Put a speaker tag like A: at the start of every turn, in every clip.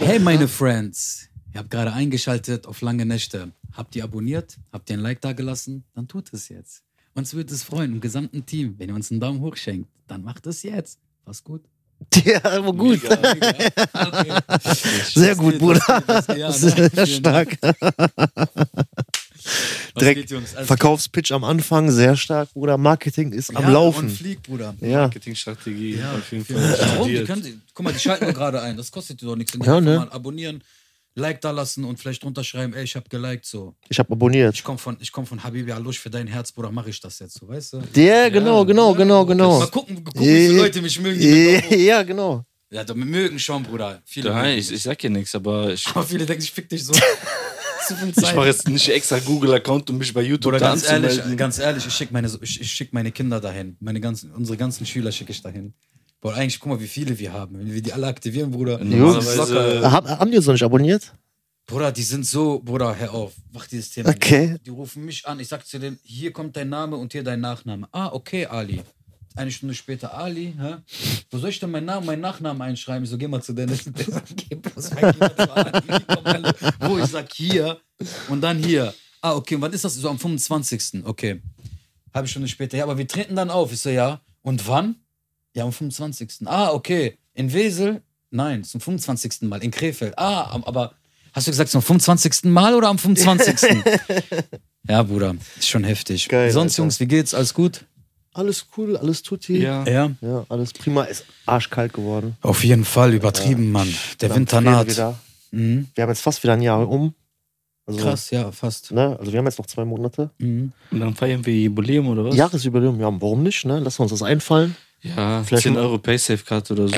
A: Hey, meine Friends! Ihr habt gerade eingeschaltet auf lange Nächte. Habt ihr abonniert? Habt ihr ein Like dagelassen? Dann tut es jetzt. Uns würde es freuen, im gesamten Team, wenn ihr uns einen Daumen hoch schenkt. Dann macht es jetzt. Passt gut.
B: Ja, aber gut.
A: Okay.
B: Sehr gut,
A: geht,
B: Bruder.
A: das geht, das geht, ja, ne?
B: Sehr
A: Vielen Dank.
B: stark.
A: Was
B: Direkt
A: geht, Jungs? Alles
B: Verkaufspitch am Anfang, sehr stark, Bruder. Marketing ist
A: gut?
B: am
A: Ja,
B: Laufen.
A: Und flieg, Bruder.
B: Ja.
C: Marketingstrategie
A: Ja,
C: auf jeden
A: vielen
C: Fall.
A: Dank. Warum? Die
C: studiert.
A: können, guck mal, die schalten wir gerade ein. Das kostet dir doch nichts. Dann
B: Ja,
A: einfach
B: ne?
A: mal abonnieren, Like da lassen und vielleicht drunter schreiben, ey, ich hab geliked, so.
B: Ich habe
A: Ich
B: abonniert.
A: komm von, ich komm von Habibi Alush für dein Herz, Bruder, mache ich das jetzt, so, weißt du?
B: Ja, genau, genau, genau, genau.
A: Mal gucken, gucken
C: Äh.
A: wie viele
B: Ja.
A: Leute mich mögen. Die
B: Ja,
A: mit Daumen hoch-
B: ja, genau.
A: ja, doch, wir mögen schon, Bruder. Viele
C: Nein,
A: mögen
C: ich,
A: mich.
C: ich sag hier nichts, aber ich,
A: Aber viele denken, ich fick dich so. Zu viel Zeit.
C: ich mache jetzt nicht extra Google-Account, um mich bei YouTube
A: Bruder,
C: da
A: ganz ehrlich,
C: anzumelden.
A: ganz ehrlich, ich schicke meine, so- ich, ich schick meine Kinder dahin. Meine ganzen, unsere ganzen Schüler schicke ich dahin. Boah, eigentlich, guck mal, wie viele wir haben. Wenn wir die alle aktivieren, Bruder.
C: Normalerweise-
A: das ist locker.
B: Hab, haben die uns noch nicht abonniert?
A: Bruder, die sind so, Bruder, hör auf, mach dieses Thema. nicht.
B: Okay.
A: Die rufen mich an, ich sag zu denen, hier kommt dein Name und hier dein Nachname. Ah, okay, Ali. Eine Stunde später, Ali, hä? wo soll ich denn meinen Namen, meinen Nachnamen einschreiben? Ich so, geh mal zu Dennis. Geh bloß weg, geh mal zu Ali, die kommen alle. Wo ich sag, hier und dann hier. Ah, okay, und wann ist das? So am 25. Okay. Halbe Stunde später, ja, aber wir treten dann auf. Ich so, ja. Und wann? Ja, am 25. Ah, okay. In Wesel? Nein, zum 25. Mal. In Krefeld. Ah, am- aber hast du gesagt zum 25. Mal oder am 25.? ja, Bruder, ist schon heftig.
B: Geil,
A: Sonst,
B: Alter.
A: Jungs, wie geht's? Alles gut?
B: Alles cool, alles tutti.
C: ja.
A: Ja.
B: Ja, alles prima. Ist arschkalt geworden.
A: Auf jeden Fall, übertrieben, Mann. Der
B: Dann
A: Winter
B: frieren
A: naht.
B: Wir, da.
A: Mhm.
B: wir haben jetzt fast wieder ein Jahr um. Also,
A: Krass, ja, fast.
B: Ne? Also wir haben jetzt noch zwei Monate.
A: Mhm.
C: Und dann feiern wir Jubiläum oder was?
B: Jahresjubiläum, ja, warum nicht? Ne? Lassen wir uns das einfallen.
C: Ja,
B: Vielleicht
C: 10
B: mal-
C: Euro Paysafe-Karte oder so.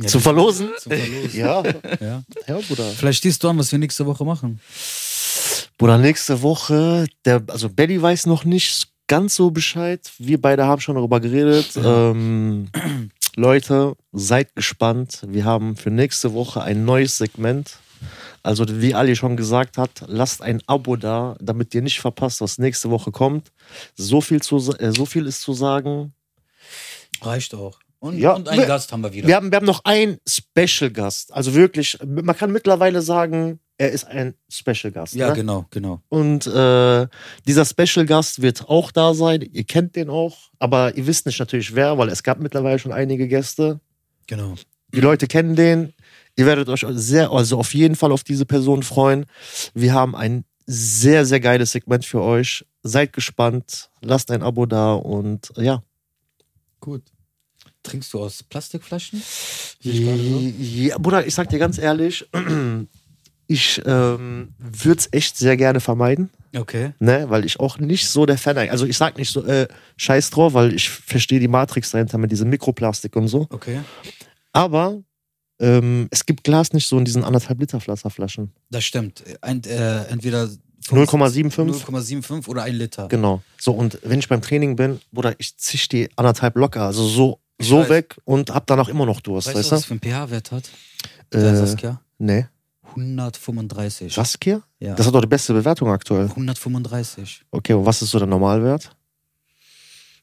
A: Ja,
B: Zu verlosen?
A: zum Verlos.
B: Ja,
A: ja.
B: ja, Bruder.
A: Vielleicht siehst du an, was wir nächste Woche machen.
B: Bruder, nächste Woche, der, also Belly weiß noch nicht ganz so Bescheid. Wir beide haben schon darüber geredet. Ähm, Leute, seid gespannt. Wir haben für nächste Woche ein neues Segment. Also, wie Ali schon gesagt hat, lasst ein Abo da, damit ihr nicht verpasst, was nächste Woche kommt. So viel, zu, sa- äh, so viel ist zu sagen.
A: Reicht auch. Und,
B: Ja,
A: und einen
B: wir-
A: Gast haben wir wieder.
B: Wir haben, wir haben noch einen Special-Gast. Also wirklich, man kann mittlerweile sagen, er ist ein Special-Gast.
A: ja,
B: ne?
A: genau, genau.
B: Und äh, dieser Special Gast wird auch da sein. Ihr kennt den auch, aber ihr wisst nicht natürlich wer, weil es gab mittlerweile schon einige Gäste.
A: Genau.
B: Die Leute kennen den. Ihr werdet euch sehr, also auf jeden Fall auf diese Person freuen. Wir haben ein sehr, sehr geiles Segment für euch. Seid gespannt, lasst ein Abo da und äh, ja.
A: Gut. Trinkst du aus Plastikflaschen? Äh. ne?
B: ja. Bruder, ich sag dir ganz ehrlich, ich ähm, würde es echt sehr gerne vermeiden.
A: Okay.
B: ne, weil ich auch nicht so der Fan eigentlich. Also ich sag nicht so, äh, scheiß drauf, weil ich verstehe die Matrix dahinter mit diesem Mikroplastik und so.
A: Okay.
B: Aber ähm, es gibt Glas nicht so in diesen anderthalb Liter Flasserflaschen.
A: Das stimmt. Ent, äh, entweder
B: 0,75?
A: 0,75 oder ein Liter.
B: Genau. So, und wenn ich beim Training bin, Bruder, ich zisch die anderthalb locker, also so,
A: Ich
B: so
A: weiß.
B: weg und hab dann auch immer noch Durst,
A: Weißt du, was
B: weißt,
A: das für einen pH-Wert hat?
B: du?
A: Der
B: Äh,
A: Saskia?
B: nee.
A: 135.
B: Saskia?
A: Ja.
B: Das hat doch die beste Bewertung aktuell.
A: 135.
B: Okay, und was ist so der Normalwert?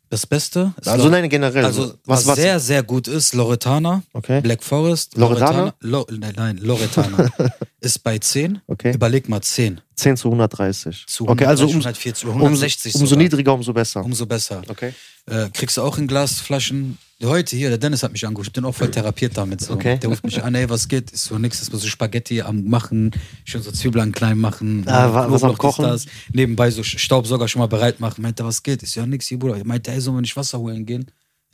A: Das Beste ist
B: Also
A: Lore-
B: nein, generell.
A: also was,
B: was, was?
A: sehr, sehr gut ist, Loretana,
B: okay,
A: Black Forest.
B: Loretana?
A: Loretana- Lo, nein, nein, Loretana ist bei 10.
B: okay.
A: Überleg mal 10.
B: 10 zu 130.
A: halt Zu
B: okay, also um,
A: 140 oder
B: umso,
A: 160
B: umso
A: sogar. Um-
B: niedriger, umso besser.
A: Umso besser.
B: Okay.
A: Äh, kriegst du auch in Glasflaschen. Heute hier, der Dennis hat mich angerufen, ich bin auch voll therapiert damit. So.
B: Okay.
A: Der ruft mich an, ey, was geht? Ist so nix, ist mal so Spaghetti am machen, schön so Zwiebeln klein machen.
B: Ah, wa- was
A: Knoblauch,
B: am
A: dies,
B: Kochen?
A: das. Nebenbei so Staubsauger schon mal bereit machen. Meint er, was geht? Ist ja nix hier, Bruder. Meint er, ey, sollen wir nicht Wasser holen gehen?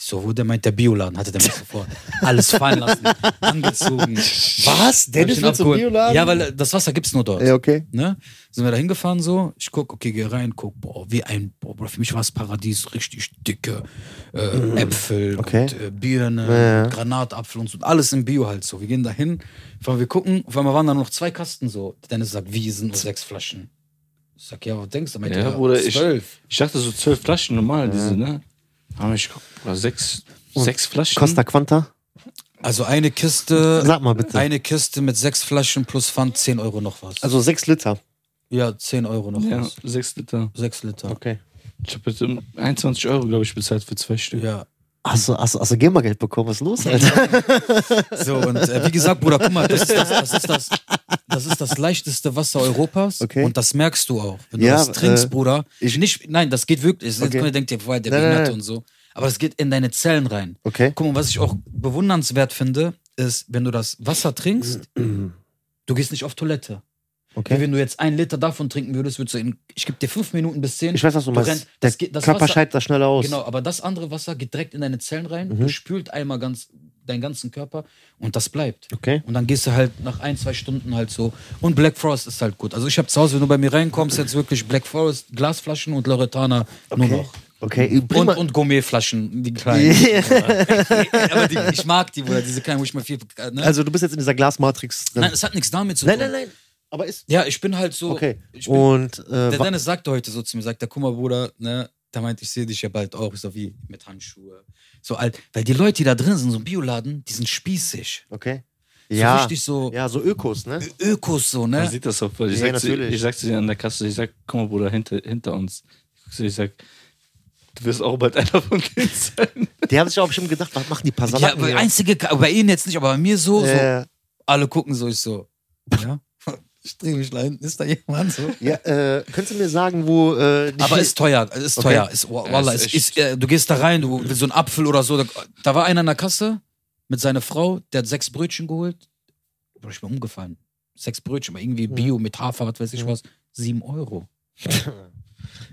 A: Ich so, wo der meint, der Bioladen hatte der mich sofort. Alles fallen lassen, angezogen.
B: Was?
A: Hab ich ihn
B: Dennis will zum
A: abgeholt.
B: Bioladen?
A: Ja, weil äh, das Wasser gibt's nur dort.
B: Ey, okay.
A: Ne? Sind wir da hingefahren so? Ich guck, okay, geh rein, guck, boah, wie ein, boah, Bruder, für mich war es Paradies, richtig dicke äh, Äpfel
B: Mhm. Okay.
A: und äh, Birne,
B: Ja.
A: und Granatapfel und so, alles im Bio halt so. Wir gehen da hin, fahren wir gucken, auf einmal waren da noch zwei Kasten so. Dennis sagt, wie sind nur sechs Flaschen? Ich sag, ja, was denkst du? Meint
C: Ja,
A: er,
C: Bruder, ich-
A: zwölf.
C: Ich dachte so zwölf Flaschen normal, diese, ne? Aber ich guck, oder sechs,
B: Und
C: sechs Flaschen.
B: Costa Quanta?
A: Also eine Kiste,
B: Sag mal bitte.
A: eine Kiste mit sechs Flaschen plus Pfand, 10 Euro noch was.
B: Also 6 Liter.
A: ja, 10 Euro noch
C: ja,
A: was.
C: sechs Liter.
A: Sechs Liter.
B: Okay.
C: um Ich habe 21 Euro, glaube ich, bezahlt für zwei Stück.
A: Ja.
B: Hast du, hast, du- hast du GEMA-Geld bekommen? Was ist los, Alter?
A: So, und äh, wie gesagt, Bruder, guck mal, das ist das, das, ist das, das ist das leichteste Wasser Europas.
B: Okay.
A: Und das merkst du auch. Wenn
B: Ja,
A: du das trinkst,
B: äh,
A: Bruder.
B: ich-
A: nicht, nein, das geht wirklich.
B: Okay.
A: Okay. Denkt ihr, boah, der
B: Nein, nein,
A: Behinderte
B: nein.
A: und so. Aber das geht in deine Zellen rein.
B: Okay.
A: Guck mal, was ich auch bewundernswert finde, ist, wenn du das Wasser trinkst, du gehst nicht auf Toilette.
B: okay.
A: Wenn du jetzt einen Liter davon trinken würdest, würdest du in, ich gebe dir fünf Minuten bis zehn.
B: Ich weiß, was du meinst.
A: rennst-
B: Der
A: das geht- das
B: Körper
A: Wasser-
B: scheidet da schneller aus.
A: Genau, aber das andere Wasser geht direkt in deine Zellen rein,
B: Mhm.
A: bespült einmal ganz deinen ganzen Körper und das bleibt.
B: Okay.
A: Und dann gehst du halt nach ein, zwei Stunden halt so. Und Black Forest ist halt gut. Also ich habe zu Hause, wenn du bei mir reinkommst, jetzt wirklich Black Forest, Glasflaschen und Loretana nur
B: Okay.
A: noch.
B: Okay, bring
A: Und,
B: mal-
A: und Gourmetflaschen, die kleinen. Aber die, ich mag die, Bruder, diese kleinen, wo ich mal viel. äh, Ne?
B: Also du bist jetzt in dieser Glasmatrix drin.
A: nein, es hat nichts damit zu tun.
B: nein, nein, nein. Aber ist.
A: Ja, ich bin halt so.
B: Okay.
A: Ich bin,
B: Und äh,
A: der
B: wa-
A: Dennis sagte heute so zu mir, sagt der, guck mal, Bruder, ne, da meint, ich sehe dich ja bald auch, so wie mit Handschuhe. So alt, weil die Leute, die da drin sind, so im Bioladen, die sind spießig.
B: okay.
A: So
B: Ja.
A: richtig so
B: ja, so Ökos, ne?
A: Ökos so,
C: Man
A: ne?
C: sieht das doch voll. Ich,
B: Ja,
C: sag zu,
B: natürlich.
C: ich sag zu dir an der Kasse, ich sag, komm mal, Bruder, hinter, hinter uns. Ich guck zu dir, ich sag, du wirst auch bald einer von denen sein.
B: Die haben sich auch bestimmt gedacht, was machen die paar
A: Ja,
B: Salaten
A: aber
B: hier?
A: einzige, bei ihnen jetzt nicht, aber bei mir so, so
B: äh,
A: alle gucken so, ich so, ja. Ich drehe mich rein, ist da jemand so?
B: ja, äh, Könntest du mir sagen, wo äh, die
A: Aber ist teuer, ist
B: Okay.
A: teuer. Ist, wallah,
C: Ja, ist
A: ist, ist,
C: echt-
A: äh, du gehst da rein, du willst so einen Apfel oder so. Da, da war einer in der Kasse mit seiner Frau, der hat sechs Brötchen geholt. Boah, ich bin umgefallen. Sechs Brötchen, aber
B: Hm.
A: irgendwie Bio mit Hafer, was weiß ich was. Sieben Euro.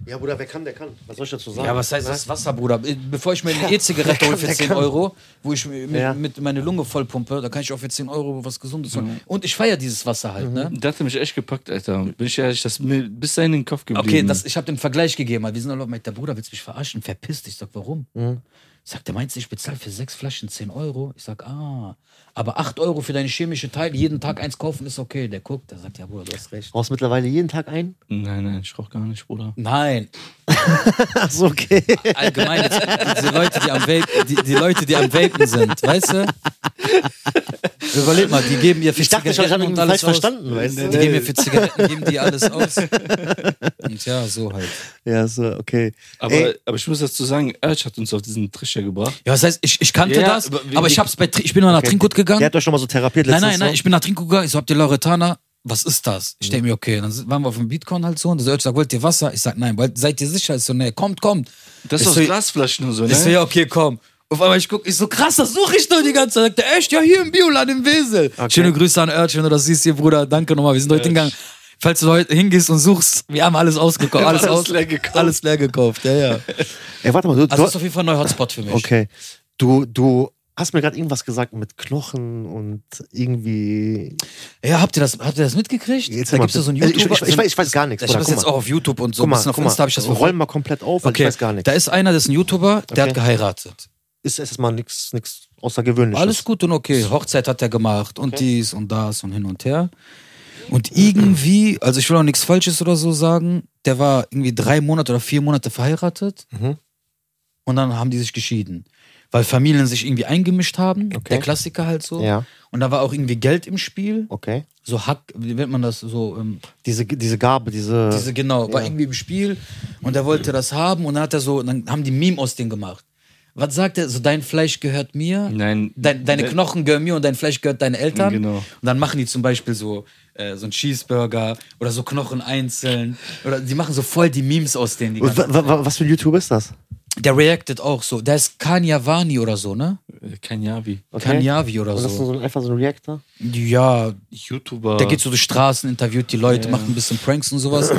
B: Ja, Bruder, wer kann, der kann. Was soll ich dazu sagen?
A: Ja, was heißt das Wasser, Bruder? Äh, Bevor ich mir eine E-Zigarette hole für
B: der
A: 10
B: kann.
A: Euro, wo ich mir mit,
B: Ja.
A: mit meine Lunge vollpumpe, da kann ich auch für 10 Euro was Gesundes holen.
B: Hm.
A: Und ich feiere dieses Wasser halt, ne?
C: Das hat mich echt gepackt, Alter. Bin ich ehrlich, das ist mir bis dahin in den Kopf geblieben.
A: Okay, das, ich habe den Vergleich gegeben. weil Wir sind alle mit der Bruder, willst du mich verarschen? Verpiss dich. Ich sag, warum?
B: Mhm.
A: Sagt, der meinst du, ich bezahle für sechs Flaschen 10 Euro? Ich sag, ah, aber 8 Euro für deine chemische Teile, jeden Tag eins kaufen ist okay. Der guckt, der sagt, ja, Bruder, du hast recht.
B: Brauchst du mittlerweile jeden Tag ein?
C: Nein, nein, ich rauch gar nicht, Bruder.
A: Nein,
B: Ach so, okay.
A: allgemein, jetzt, diese Leute, die am, Vape, die, die Leute, die am Vapen sind, weißt du? Überleg mal, die geben ihr für
B: Ich dachte schon, ich
A: Zigaretten
B: habe ihn
A: und
B: falsch
A: alles aus.
B: verstanden, weißt
A: Die geben
B: du?
A: ihr für Zigaretten, geben die alles aus. Und ja, so halt.
B: Ja, so, okay.
C: Aber, aber ich muss dazu sagen, Urge hat uns auf diesen Trichter gebracht.
A: Ja, das heißt, ich, ich kannte
C: Ja, ja,
A: das,
C: aber wie-
A: aber
C: wie-
A: ich hab's bei Tri- ich bin mal nach
B: Okay.
A: Trinkgut gegangen.
B: Der hat euch schon mal so therapiert
A: Nein,
B: letztens.
A: nein, nein,
B: ne?
A: ich bin nach Trinko gegangen, ich so, habt ihr Loretana? Was ist das? Ich denke mir, okay, dann sind- waren wir auf dem Beatcon halt so und der Ötsch sagt, wollt ihr Wasser? Ich sag, nein, wollt, seid ihr sicher? Ich so, nee, kommt, kommt.
C: Das ist
A: Ich
C: aus
A: so-
C: Glasflaschen und so, ne?
A: Ich so, ja, okay, komm. Auf einmal, ich guck, ich so, krass, das suche ich doch die ganze Zeit. Sagt er, echt, ja, hier im Bioladen im Wesel. Schöne Grüße an Ötsch, wenn du das siehst hier, Bruder, danke nochmal, wir sind heute hingegangen. Falls du heute hingehst und suchst, wir haben alles ausgekauft, alles,
C: alles
A: aus,
C: leer gekauft.
A: alles leer gekauft, ja, ja.
B: Ey, warte mal, du,
A: Also
B: du,
A: das ist auf jeden Fall ein neuer Hotspot für mich.
B: Okay. Du, du hast mir gerade irgendwas gesagt mit Knochen und irgendwie.
A: Ja, habt ihr das, habt ihr das mitgekriegt? da
B: mal
A: gibt's ja so einen
B: bitte. Äh,
A: YouTuber.
B: Ich, ich, ich, weiß, ich weiß gar nichts.
A: Ich habe
B: Bruder,
A: das
B: guck
A: jetzt
B: mal.
A: auch auf YouTube und so.
B: Guck
A: ein
B: mal,
A: bisschen auf
B: guck mal.
A: Insta habe ich das
B: Roll mal komplett auf, weil
A: Okay,
B: ich weiß gar nichts.
A: da ist einer, das ist ein YouTuber, der
B: Okay.
A: hat geheiratet.
B: Ist erstmal nichts nichts Außergewöhnliches.
A: Alles gut und okay. Hochzeit hat er gemacht und dies und das und hin und her. Und irgendwie, also ich will auch nichts Falsches oder so sagen, der war irgendwie drei Monate oder vier Monate verheiratet
B: Mhm.
A: und dann haben die sich geschieden. Weil Familien sich irgendwie eingemischt haben,
B: Okay.
A: der Klassiker halt so.
B: Ja,
A: Und da war auch irgendwie Geld im Spiel,
B: okay.
A: so Hack, wie nennt man das, so ähm,
B: Diese, diese Gabe, diese.
A: Diese, genau, war
B: Ja.
A: irgendwie im Spiel und er wollte das haben und dann hat er so, dann haben die ein Meme aus dem gemacht. Was sagt er? So, dein Fleisch gehört mir,
C: Nein.
A: dein, deine
B: Äh.
C: Nein.
A: Knochen gehören mir und dein Fleisch gehört deinen Eltern.
C: Genau.
A: Und dann machen die zum Beispiel so, äh, so einen Cheeseburger oder so Knochen einzeln. Oder die machen so voll die Memes aus denen. Die
B: und
A: ganzen-
B: wa, wa, wa- was für ein YouTube ist das?
A: der reactet auch so. Der ist Kanyavani oder so, ne?
C: Äh, Kein Javi.
A: Kanyavi oder
B: Und das ist
A: so.
B: so ein, einfach so ein Reactor.
A: Ja,
C: YouTuber.
A: Der geht so durch Straßen, interviewt die Leute, macht ein bisschen Pranks und sowas.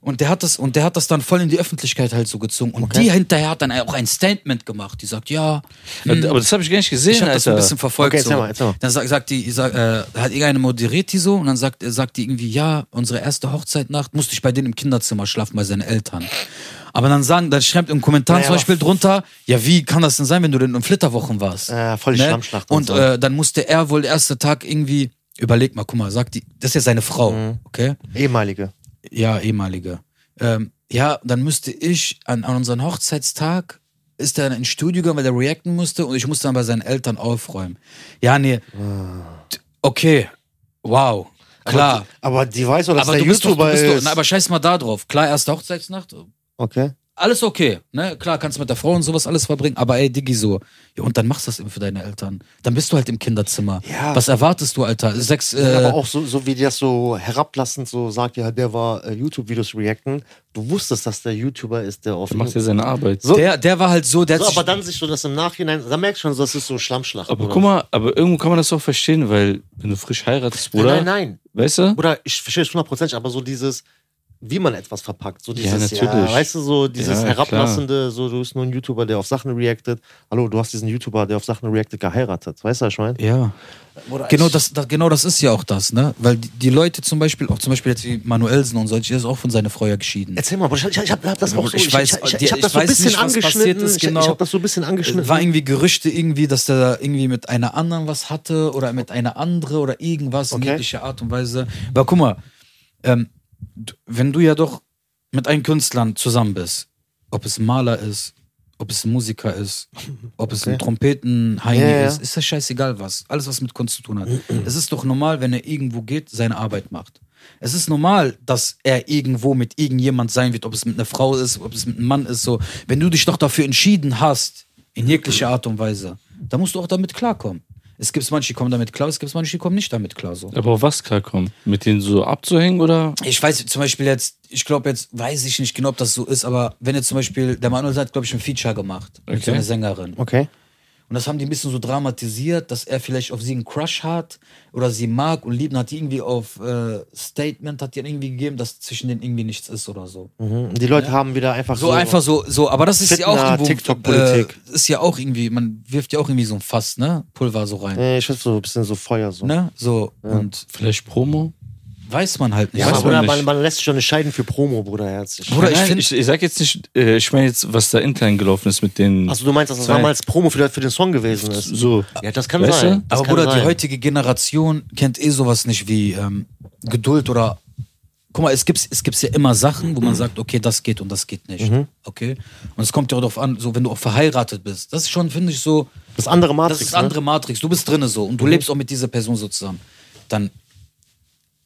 A: Und der hat das, und der hat das dann voll in die Öffentlichkeit halt so gezogen. Und die hinterher hat dann auch ein Statement gemacht. Die sagt, ja,
C: Äh, Aber das habe ich gar nicht gesehen,
A: ich habe das
C: Alter.
A: ein bisschen verfolgt.
B: Okay,
A: so.
B: erzähl mal, erzähl mal.
A: Dann sagt, sagt die, sag, äh, hat irgendeine moderiert die so und dann sagt, sagt die irgendwie, ja, unsere erste Hochzeitnacht musste ich bei denen im Kinderzimmer schlafen, bei seinen Eltern. Aber dann sagen, dann schreibt im Kommentar
B: Naja,
A: zum
B: aber-
A: Beispiel drunter, ja, wie kann das denn sein, wenn du denn in Flitterwochen warst?
B: Äh, voll die Schlammschlacht und
A: Und
B: so.
A: äh, dann musste er wohl der erste Tag irgendwie, überleg mal, guck mal, sagt die, das ist ja seine Frau,
B: Mhm.
A: okay?
B: Ehemalige.
A: Ja, ehemalige. Ähm, ja, dann müsste ich an, an unseren Hochzeitstag ist er ins Studio gegangen, weil er reacten musste und ich musste dann bei seinen Eltern aufräumen. Ja, nee. T- Okay. Wow. Klar.
B: Ah. Aber die weiß doch,
A: Aber,
B: dass der
A: du bist doch,
B: YouTuber
A: du bist doch,
B: ist.
A: na, aber scheiß mal da drauf. Klar, erste Hochzeitsnacht.
B: okay.
A: alles okay. Ne? Klar, kannst mit der Frau und sowas alles verbringen, aber ey, Diggi, so. Ja, und dann machst du das eben für deine Eltern. Dann bist du halt im Kinderzimmer.
B: Ja.
A: Was erwartest du, Alter? Sechs,
B: aber
A: äh,
B: auch so, so wie die das so herablassend so sagt, ja, der war äh, YouTube-Videos reacten. Du wusstest, dass der YouTuber ist, der auf
C: Du machst ja seine Arbeit.
B: So,
A: der, der war halt so, der
B: so,
A: hat sich-
B: aber dann sich so das im Nachhinein, da merkst du schon, das ist so Schlammschlacht.
C: Aber
B: Bruder.
C: guck mal, aber irgendwo kann man das auch verstehen, weil wenn du frisch heiratest, Bruder,
B: Nein, nein,
C: weißt du?
B: nein. Oder ich verstehe es hundertprozentig, aber so dieses, wie man etwas verpackt. So
C: Ja,
B: dieses, ja,
C: natürlich.
B: weißt du, so dieses
C: Ja,
B: herablassende, so du bist nur ein YouTuber, der auf Sachen reactet. Hallo, du hast diesen YouTuber, der auf Sachen reactet, geheiratet. Weißt du, was ich meine?
A: Ja. Genau das, das, genau das ist ja auch das, ne? Weil die, die Leute zum Beispiel, auch zum Beispiel jetzt wie Manuelsen und solche, der ist auch von seiner Frau ja geschieden.
B: Erzähl mal, Bruder, ich, ich, ich habe hab das auch so,
A: Ich
B: ich,
A: weiß- äh,
B: ich, ich, ich hab
A: ich
B: das so ein
A: weiß
B: bisschen
A: nicht, was passiert
B: angeschnitten.
A: ist,
B: Ich- ich, ich
A: genau.
B: habe das so ein bisschen angeschnitten.
A: War irgendwie Gerüchte irgendwie, dass der da irgendwie mit einer anderen was hatte oder mit einer andere oder irgendwas in
B: Okay.
A: jeglicher Art und Weise. Aber guck mal, ähm, d- wenn du ja doch mit einem Künstlern zusammen bist, ob es ein Maler ist, ob es ein Musiker ist, ob es ein
B: Okay.
A: Trompetenheini
B: Ja, ja.
A: ist, ist ja scheißegal was. Alles, was mit Kunst zu tun hat. es ist doch normal, wenn er irgendwo geht, seine Arbeit macht. Es ist normal, dass er irgendwo mit irgendjemand sein wird, ob es mit einer Frau ist, ob es mit einem Mann ist. So, wenn du dich doch dafür entschieden hast, in jeglicher Art und Weise, dann musst du auch damit klarkommen. Es gibt manche, die kommen damit klar, es gibt manche, die kommen nicht damit klar. So.
C: Aber auf was klarkommen? Mit denen so abzuhängen oder?
A: Ich weiß zum Beispiel jetzt, ich glaube jetzt, weiß ich nicht genau, ob das so ist, aber wenn jetzt zum Beispiel, der Manuel hat, glaube ich, ein Feature gemacht mit so
C: Okay.
A: einer Sängerin.
B: Okay.
A: Und das haben die ein bisschen so dramatisiert, dass er vielleicht auf sie einen Crush hat oder sie mag und liebt und hat die irgendwie auf äh, Statement, hat die irgendwie gegeben, dass zwischen denen irgendwie nichts ist oder so.
B: Mhm. Die Leute haben wieder einfach so.
A: So einfach so, so, aber das ist ja auch
B: Fitner,
A: irgendwo,
B: TikTok-Politik.
A: Äh, ist ja auch irgendwie, man wirft ja auch irgendwie so ein Fass, ne? Pulver so rein.
B: Nee, äh, ich hab so ein bisschen so Feuer so.
A: Ne? So, und
C: Vielleicht Promo?
A: weiß man halt nicht.
B: Ja,
A: weiß
B: aber
A: man
B: Bruder,
C: nicht.
B: man, man lässt sich schon entscheiden für Promo, Bruder, herzlich.
A: Bruder, ich
C: Nein,
A: finde,
C: ich, ich sag jetzt nicht, äh, ich meine jetzt, was da intern gelaufen ist mit den.
A: Also-
B: Achso, Also, du meinst, dass das
C: Zwei.
B: damals Promo für, für den Song gewesen ist?
C: so.
B: Ja, das kann
C: Weißt
B: sein.
C: du?
B: Das
A: Hm? aber
B: kann
A: Bruder,
B: sein.
A: die heutige Generation kennt eh sowas nicht wie ähm, Geduld oder. Guck mal, es gibt es gibt's ja immer Sachen, wo man
B: Mhm.
A: sagt, okay, das geht und das geht nicht. Okay? Und es kommt ja auch darauf an, so wenn du auch verheiratet bist. Das ist schon, finde ich, so.
B: Das andere Matrix. ne?
A: Das ist andere Matrix. ne? Mhm. Du bist drinne so und du lebst auch mit dieser Person so zusammen. Dann,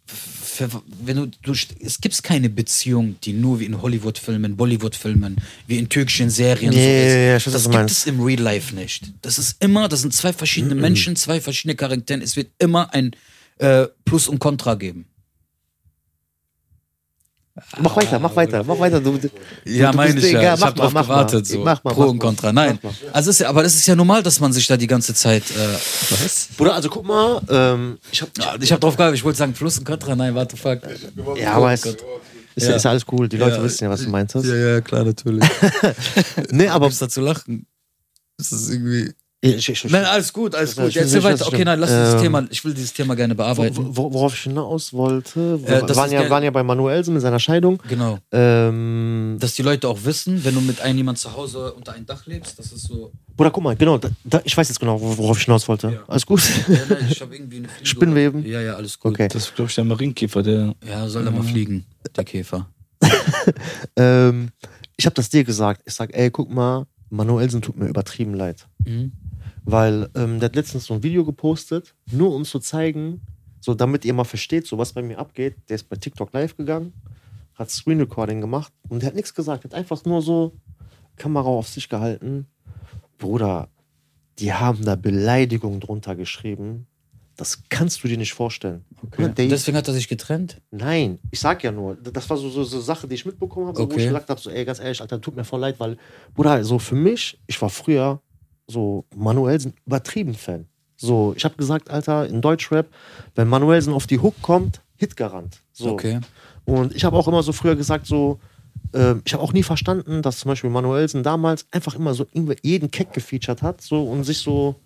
A: f- f- wenn du, du st- es gibt keine Beziehung, die nur wie in Hollywood-Filmen, Bollywood-Filmen, wie in türkischen Serien
B: Ja,
A: so
B: ja,
A: ist.
B: ja, ich weiß, was
A: das
B: du
A: gibt
B: meinst.
A: es im Real Life nicht. Das ist immer, das sind zwei verschiedene Menschen, zwei verschiedene Charaktere. Es wird immer ein äh, Plus und Contra geben.
B: Ne? Mach weiter, mach weiter, mach weiter. Du, du,
A: Ja,
B: du
A: meine
B: bist-
A: ich ja.
B: egal,
A: Ich
B: mach
A: hab
B: mal,
A: drauf
B: mach
A: gewartet.
B: Mal.
A: So.
B: Mach mal,
A: Pro
B: mach
A: und
B: mal.
A: Contra. Nein.
B: Mach mal.
A: Also ist ja, aber das ist ja normal, dass man sich da die ganze Zeit. Äh, Was?
B: Bruder, also guck mal, ähm, ich hab.
A: Ich hab drauf gehabt, ich wollte sagen, Plus und Contra. Nein, warte, fuck.
B: Ja, aber es, ist, ja.
A: Oh Ja.
B: ist ja alles cool. Die Leute
A: Ja.
B: wissen ja, was du meintest.
A: ja, klar, natürlich.
B: Nee, aber.
A: Gibt's da zu lachen? Das ist irgendwie.
B: Ich, ich, ich,
A: Nein, alles gut, alles gut.
B: Das- das- das-
A: Erzähl
B: das-
A: weiter.
B: das-
A: Okay, nein, lass uns
B: ähm,
A: das Thema. Ich will dieses Thema gerne bearbeiten.
B: wo, wo, worauf ich hinaus wollte,
A: Äh,
B: wir
A: das
B: waren
A: ist
B: ja,
A: der-
B: waren ja bei Manuelsen mit seiner Scheidung.
A: Genau.
B: Ähm,
A: Dass die Leute auch wissen, wenn du mit einem jemand zu Hause unter einem Dach lebst, das ist so.
B: Bruder, guck mal, genau, da, da, ich weiß jetzt genau, wo- worauf ich hinaus wollte.
A: Ja.
B: Alles gut.
A: Ja, nein, ich hab irgendwie eine Fliege.
B: Spinnweben?
A: Ja, ja, alles gut.
B: Okay. Mhm.
C: Das ist, glaube ich, der Marienkäfer, der.
A: Ja, soll er mal fliegen, der Käfer.
B: Ähm, ich habe das dir gesagt. Ich sag, ey, guck mal, Manuelsen tut mir übertrieben leid.
A: Mhm.
B: Weil ähm, der hat letztens so ein Video gepostet, nur um zu zeigen, so damit ihr mal versteht, so was bei mir abgeht. Der ist bei TikTok live gegangen, hat Screen Recording gemacht und der hat nichts gesagt, hat einfach nur so Kamera auf sich gehalten. Bruder, die haben da Beleidigungen drunter geschrieben. Das kannst du dir nicht vorstellen.
A: Okay.
B: Und der-
A: Deswegen hat er sich getrennt?
B: Nein, ich sag ja nur, das war so so, so Sache, die ich mitbekommen habe, so, wo
A: Okay.
B: ich gesagt habe, so, ey, ganz ehrlich, Alter, tut mir voll leid, weil, Bruder, so für mich, ich war früher so Manuelsen übertrieben Fan. So, ich habe gesagt, Alter, in Deutschrap, wenn Manuelsen auf die Hook kommt, Hitgarant. So.
A: Okay.
B: Und ich habe auch immer so früher gesagt, so, ähm, ich habe auch nie verstanden, dass zum Beispiel Manuelsen damals einfach immer so irgendwie jeden Keck gefeatured hat, so und sich so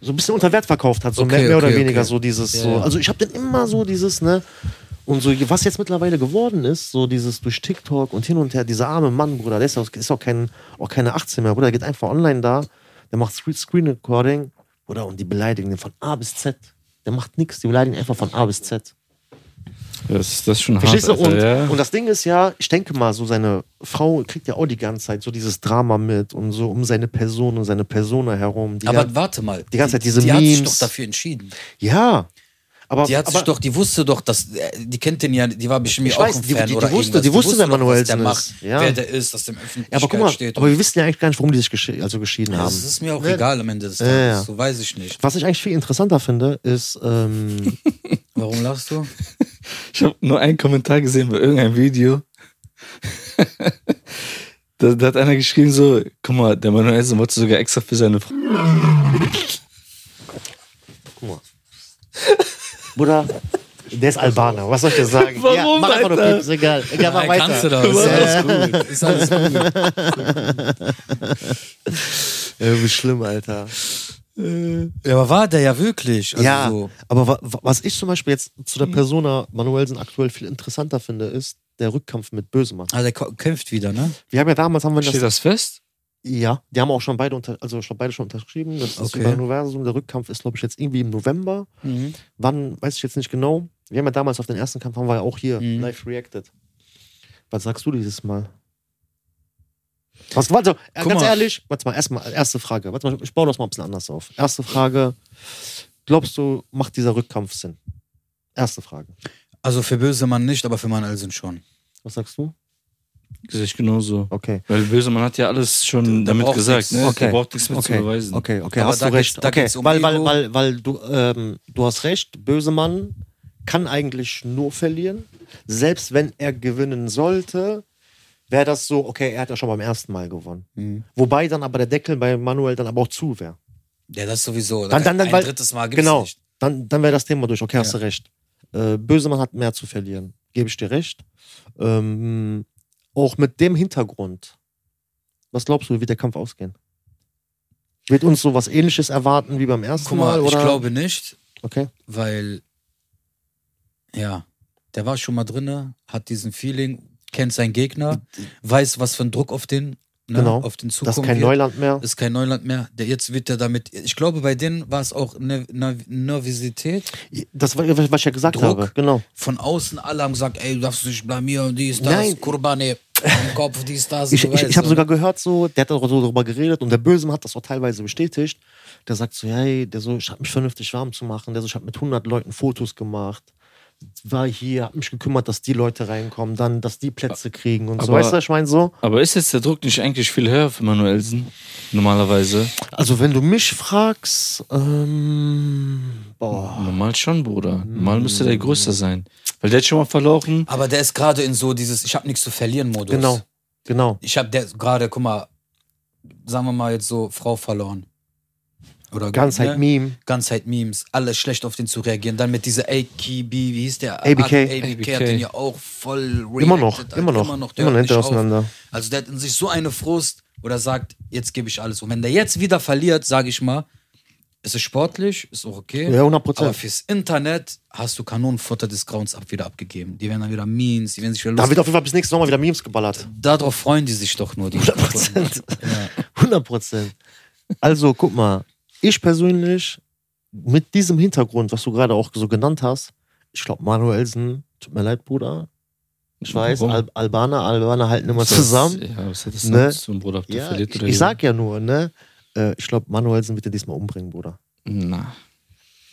B: so ein bisschen unter Wert verkauft hat, so
A: Okay,
B: mehr, mehr oder
A: okay,
B: weniger
A: okay.
B: so dieses,
A: Ja,
B: so,
A: ja.
B: also ich habe dann immer so dieses, ne, und so, was jetzt mittlerweile geworden ist, so dieses durch TikTok und hin und her, dieser arme Mann, Bruder, der ist auch, ist auch, kein, auch keine 18 mehr, Bruder, der geht einfach online da, der macht Screen- Screen Recording, Bruder, und die beleidigen den von A bis Z. Der macht nichts, die beleidigen einfach von A bis Z.
C: Das ist das ist schon
B: Verstehst du?
C: hart.
B: Und,
C: Alter, ja.
B: und das Ding ist ja, ich denke mal, so seine Frau kriegt ja auch die ganze Zeit so dieses Drama mit und so um seine Person und seine Persona herum. Die
A: Aber
B: gan-
A: warte mal.
B: die ganze Zeit diese
A: die, die hat sich
B: Memes.
A: doch dafür entschieden.
B: ja. Aber,
A: Die hat
B: aber,
A: sich doch, die wusste doch, dass äh, die kennt den ja, die war bestimmt
B: Ich
A: ja auch
B: weiß,
A: ein
B: die-
A: Fan
B: die- die
A: oder
B: wusste-
A: irgendwas.
B: die wusste, wer
A: doch,
B: Manuel
A: was der
B: Sinn
A: macht,
B: ist. Ja.
A: wer der ist, dass der im
B: ja, aber
A: Öffentlichkeit
B: guck mal,
A: steht.
B: aber wir wissen ja eigentlich gar nicht, warum die sich geschi- also geschieden
A: Ja,
B: haben.
A: das ist mir auch
B: Ne?
A: egal am Ende des
B: Ja,
A: Tages,
B: ja.
A: so weiß ich nicht.
B: Was ich eigentlich viel interessanter finde, ist, ähm,
A: Warum lachst du?
C: Ich habe nur einen Kommentar gesehen bei irgendeinem Video. da, da hat einer geschrieben so, guck mal, der Manuel Essen wollte sogar extra für seine Frau.
B: Bruder, der ist Albaner, was soll ich dir sagen? ja,
C: Warum,
B: mach einfach nur
C: Alter?
B: Pieps, egal. Ja, mach
A: Nein,
B: weiter.
A: kannst du doch. Ist alles gut. Ist alles gut.
B: Irgendwie schlimm, Alter.
A: Ja, aber war der ja wirklich. Also
B: ja,
A: So,
B: aber wa wa- was ich zum Beispiel jetzt zu
A: Mhm.
B: der Persona Manuelsen aktuell viel interessanter finde, ist der Rückkampf mit Bösemann.
A: ah, der ko- kämpft wieder, ne?
B: Wir haben ja damals, haben wir das,
C: Steht das fest?
B: ja, die haben auch schon beide, unter, also schon beide schon unterschrieben. Das ist
A: Okay.
B: über Universum. Der Rückkampf ist, glaube ich, jetzt irgendwie im November.
A: Mhm.
B: Wann, weiß ich jetzt nicht genau. Wir haben ja damals auf den ersten Kampf, haben wir ja auch hier
A: Mhm.
B: live reacted. Was sagst du dieses Mal? Was, warte, äh,
A: Guck
B: ganz
A: mal.
B: ehrlich, warte mal, erstmal, erste Frage. Warte mal, ich baue das mal ein bisschen anders auf. Erste Frage. Glaubst du, macht dieser Rückkampf Sinn? Erste Frage.
A: Also für böse Mann nicht, aber für Manuel sind schon.
B: Was sagst du?
C: Sehe ich genauso.
B: Okay.
C: Weil Bösemann hat ja alles schon
A: Der
C: damit
A: braucht
C: gesagt,
A: nichts.
C: ne?
B: Okay.
C: Der braucht nichts mehr zu beweisen.
B: Okay, okay,
A: Aber
B: hast
A: da
B: du
A: geht's-
B: recht.
A: da
B: okay.
A: geht's um
B: weil, weil,
A: Ego.
B: weil, weil du, ähm, du hast recht, Bösemann kann eigentlich nur verlieren. Selbst wenn er gewinnen sollte, wäre das so, okay, er hat ja schon beim ersten Mal gewonnen.
A: Mhm.
B: Wobei dann aber der Deckel bei Manuel dann aber auch zu wäre.
A: Ja, das sowieso.
B: Dann- dann- dann,
A: Ein
B: weil-
A: drittes Mal gibt's
B: Genau.
A: nicht.
B: Dann, dann wäre das Thema durch. Okay, hast
A: Ja.
B: du recht. Äh, Bösemann hat mehr zu verlieren. Gebe ich dir recht. Ähm, auch mit dem Hintergrund, was glaubst du, wie wird der Kampf ausgehen? Wird uns so was ähnliches erwarten wie beim ersten
A: Guck mal,
B: Mal?
A: ich ne,
B: Oder?
A: glaube nicht,
B: Okay.
A: weil ja, der war schon mal drinne, hat diesen Feeling, kennt seinen Gegner, weiß, was für ein Druck auf den, ne,
B: Genau.
A: auf den
B: Das
A: zukommt.
B: ist kein Neuland mehr.
A: ist kein Neuland mehr. Der, jetzt wird er damit. Ich glaube, bei denen war es auch eine Nervosität.
B: Das war, was ich ja gesagt
A: Druck?
B: habe. Genau.
A: Von außen alle haben gesagt, ey, du darfst dich blamieren, dies, das,
B: Nein.
A: Kurbane, am Kopf, dies, das.
B: Ich,
A: du
B: ich,
A: weißt,
B: ich habe
A: ne?
B: sogar gehört, so, der hat auch so darüber geredet und der Böse hat das auch teilweise bestätigt. Der sagt so, hey, der so, ich habe mich vernünftig warm zu machen. Der so, ich habe mit 100 Leuten Fotos gemacht. War hier, habe mich gekümmert, dass die Leute reinkommen, dann, dass die Plätze kriegen und so.
C: Aber-
B: Weißt du, ich meine so?
C: Aber ist jetzt der Druck nicht eigentlich viel höher für Manuelsen? Normalerweise?
B: Also, wenn du mich fragst, ähm, boah.
C: Normal schon, Bruder.
B: Hm.
C: Normal müsste der größer sein. Weil der hat schon mal verloren.
A: Aber der ist gerade in so dieses Ich habe nichts zu verlieren Modus.
B: Genau, genau.
A: Ich habe der ist gerade, guck mal, sagen wir mal jetzt so, Frau verloren. Oder
B: Ganz halt Meme.
A: Ganzheit Memes, alles schlecht auf den zu reagieren. Dann mit dieser AKB, wie hieß der?
B: ABK.
A: ABK hat den ja auch voll
B: Immer noch,
A: reacted,
B: halt immer noch,
A: Immer noch, der
B: immer noch
A: hört nicht
B: hinter
A: auf.
B: auseinander.
A: Also der hat in sich so eine Frust oder sagt, jetzt gebe ich alles. Und wenn der jetzt wieder verliert, sage ich mal, es ist sportlich, ist auch okay.
B: Ja, 100
A: aber
B: Prozent.
A: fürs Internet hast du Kanonenfutter des Grauens ab wieder abgegeben. Die werden dann wieder Memes, die werden sich wieder
B: Da
A: lustig.
B: wird auf jeden Fall bis nächsten Sommer wieder Memes geballert.
A: Darauf freuen die sich doch nur. Die
B: 100 Prozent.
A: Ja.
B: 100 Prozent. Also, guck mal, ich persönlich, mit diesem Hintergrund, was du gerade auch so genannt hast, ich glaube, Manuelsen, tut mir leid, Bruder. Ich weiß,
C: Warum?
B: Al Albaner, Albaner halten immer
C: Was hat-
B: zusammen.
C: Ja, was hat das
B: Ne?
C: ne? zu tun, Bruder? Ob der
B: Ja,
C: verliert
B: ich,
C: oder
B: ich sag ja nur, ne? Äh, Ich glaube, Manuelsen wird den diesmal umbringen, Bruder.
C: Na.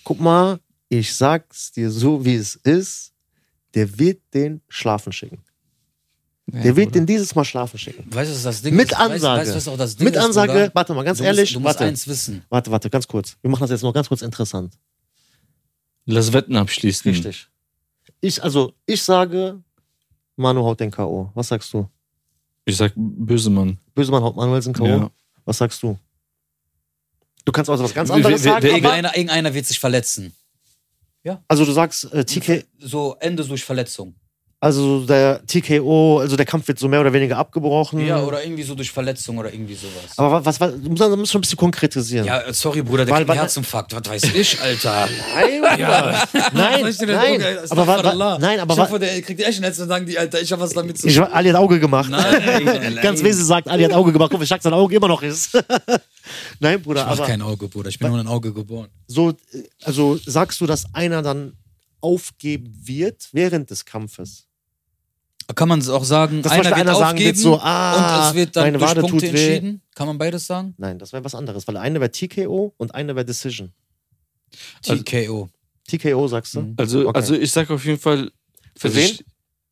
B: Guck mal, ich sag's dir so, wie es ist. Der wird den schlafen schicken.
C: Ja,
B: Der wird
C: Bruder.
B: den dieses Mal schlafen schicken.
A: Weißt du, was das Ding
B: Mit
A: ist? Weißt-
B: Ansage.
A: Weißt, du, was auch das Ding
B: Mit
A: ist,
B: Ansage,
A: Bruder?
B: warte mal, ganz
A: du
B: ehrlich,
A: musst, du musst
B: warte,
A: eins wissen.
B: warte, warte, ganz kurz. Wir machen das jetzt noch ganz kurz interessant.
C: Lass Wetten abschließen.
B: Richtig. Ich, also, ich sage, Manu haut den K.O. Was sagst du?
C: Ich sag Bösemann.
B: Bösemann haut Manuelsen K.O.
C: Ja.
B: Was sagst du? Du kannst also was ganz
C: Wer-
B: anderes
C: wer-
B: sagen.
C: wer-
B: aber,
A: Irgendeiner, irgendeiner wird sich verletzen.
B: also du sagst äh, TK,
A: So Ende durch Verletzung.
B: also der TKO, also der Kampf wird so mehr oder weniger abgebrochen.
A: Ja, oder irgendwie so durch Verletzung oder irgendwie sowas.
B: Mhm. Aber wa- was, was, du musst, du musst schon ein bisschen konkretisieren.
A: ja, äh, sorry, Bruder, der
B: Weil-
A: kriegt einen
B: weil-
A: Herzinfarkt. Was weiß ich, Alter?
B: Nein, nein,
A: Was ist denn
B: nein,
A: denn,
B: aber wa- wa-
A: Astaghfirullah.
B: nein, aber
A: Ich
B: wa-
A: hoffe, der kriegt echt einen Herz und sagen die, Alter, ich hab was damit zu
B: ich, Ali hat Auge gemacht.
A: Nein, nein,
B: Ganz
A: nein.
B: wesentlich sagt, Ali hat Auge gemacht. Guck, ich sag, sein Auge immer noch ist. nein, Bruder,
A: Ich mach
B: aber.
A: kein Auge, Bruder. Ich bin nur in ein Auge geboren.
B: so, äh, also sagst du, dass einer dann aufgeben wird während des Kampfes?
A: Kann man es auch sagen,
B: Dass zum
A: einer
B: Beispiel
A: wird
B: einer sagen
A: aufgeben
B: wird so, ah,
A: und es wird dann
B: meine
A: durch
B: Wade
A: Punkte
B: tut weh.
A: entschieden? Kann man beides sagen?
B: Nein, das wäre was anderes, weil einer wäre TKO und einer wäre Decision.
C: Also-
A: TKO.
B: TKO sagst du?
A: Mhm.
C: Also,
B: Okay.
C: also ich sag auf jeden Fall.
B: Für
C: also
B: wen?
C: ich-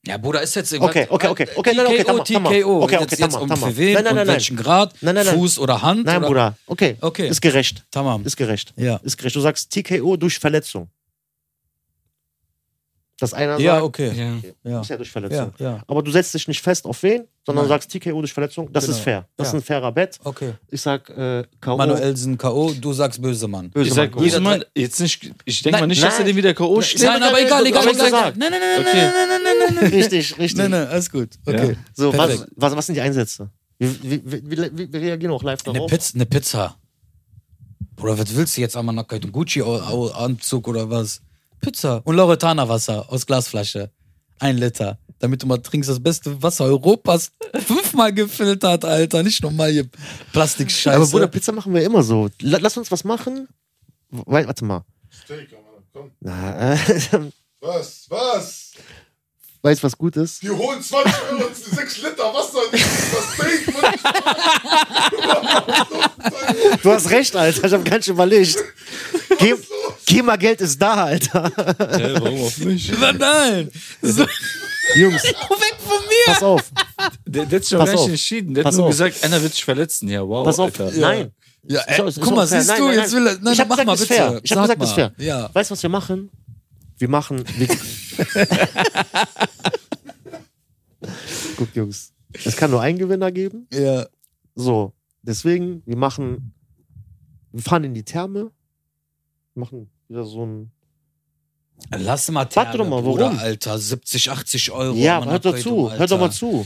A: Ja, Bruder, ist jetzt
B: Okay, okay, okay, okay, nein, okay,
A: TKO,
B: tamam, tamam.
A: TKO.
B: Okay, okay,
A: jetzt,
B: tamam,
A: jetzt um
B: tamam.
A: für wen
B: Nein, nein,
A: und
B: nein, nein.
A: welchen Grad?
B: Nein, nein, nein.
A: Fuß oder Hand?
B: Nein,
A: oder?
B: Bruder. Okay.
A: Okay,
B: Ist gerecht.
A: tamam.
B: Ist gerecht.
A: Ja,
B: Ist gerecht. Du sagst TKO durch Verletzung. Dass einer
A: ja,
B: sagt,
A: okay.
C: Ja.
A: Ja,
B: ist ja durch
A: ja,
B: Verletzung.
A: ja.
B: Aber du setzt dich nicht fest auf wen, sondern
A: Nein.
B: sagst TKO durch Verletzung. Das
A: Genau.
B: ist fair. Das
A: Ja.
B: ist ein fairer Bet.
A: okay.
B: Ich sag äh, K.O.
A: Manuelsen K.O., du sagst böse Mann.
B: Böse
C: Ich sag,
B: Mann.
A: Jeder
C: Guzman, jetzt nicht. Ich denke
A: Nein,
C: mal nicht, dass er
B: nein.
C: den wieder K.O.
B: Nein,
C: schlägt.
A: Nein, aber egal, egal, egal. egal. Nein, nein, nein, nein,
C: Okay.
A: nein, nein, nein, nein, nein.
B: Richtig, richtig.
A: Nein, nein, alles gut. Okay.
B: So, was,
A: Perfekt.
B: was, was sind die Einsätze? Wir, wir, wir, wir, wir reagieren auch live
A: Eine,
B: darauf.
A: Pizza, eine Pizza. Bruder, was willst du jetzt? Amanakkeit und Gucci-Anzug oder was? Pizza und Loretana-Wasser aus Glasflasche. Ein Liter. Damit du mal trinkst, das beste Wasser Europas fünfmal gefiltert, Alter. Nicht normal hier Plastikscheiße.
B: Aber Bruder, Pizza machen wir immer so. La- Lass uns was machen. Wei- Warte mal.
D: Steak, Mann. Komm.
B: Na, äh,
D: Was? Was?
B: weißt du, was gut ist?
D: Die holen 20 Euro und 6 Liter Wasser. Das ist das Steak, Mann.
B: Du hast recht, Alter. Ich hab ganz schön überlegt. Geh, geh mal, Geld ist da, Alter.
C: Hä, warum auf mich?
A: Nein, nein. So,
B: Also, Jungs,
A: weg von mir.
B: pass auf.
C: Der, der hat sich noch
B: Pass
C: gar nicht
B: auf.
C: entschieden. Der hat
B: Pass
C: nur
B: auf.
C: gesagt, einer wird sich verletzen. Ja, wow.
B: Pass auf.
C: Alter.
B: Nein.
A: Ja,
B: Ist
A: ey,
B: auch- ist
A: guck
B: auch
A: mal,
B: fair.
A: siehst
B: äh, Nein,
A: du,
B: nein,
A: jetzt will er. Nein,
B: ich hab
A: mach
B: gesagt,
A: mal
B: ist
A: bitte.
B: fair. Ich hab
A: Sag
B: gesagt,
A: mal.
B: ist fair.
A: Ja.
B: Weißt du, was wir machen? Wir machen. Wir Guck, Jungs. Es kann nur einen Gewinner geben.
A: Ja.
B: So. Deswegen, wir machen. Wir fahren in die Therme. Machen wieder so ein.
A: Lass mal
B: Warte doch mal,
A: Bruder,
B: warum?
A: Alter, 70, 80 Euro.
B: ja,
A: Mann,
B: hört doch
A: Ableitung,
B: zu. Hört doch
A: Alter.
B: mal zu.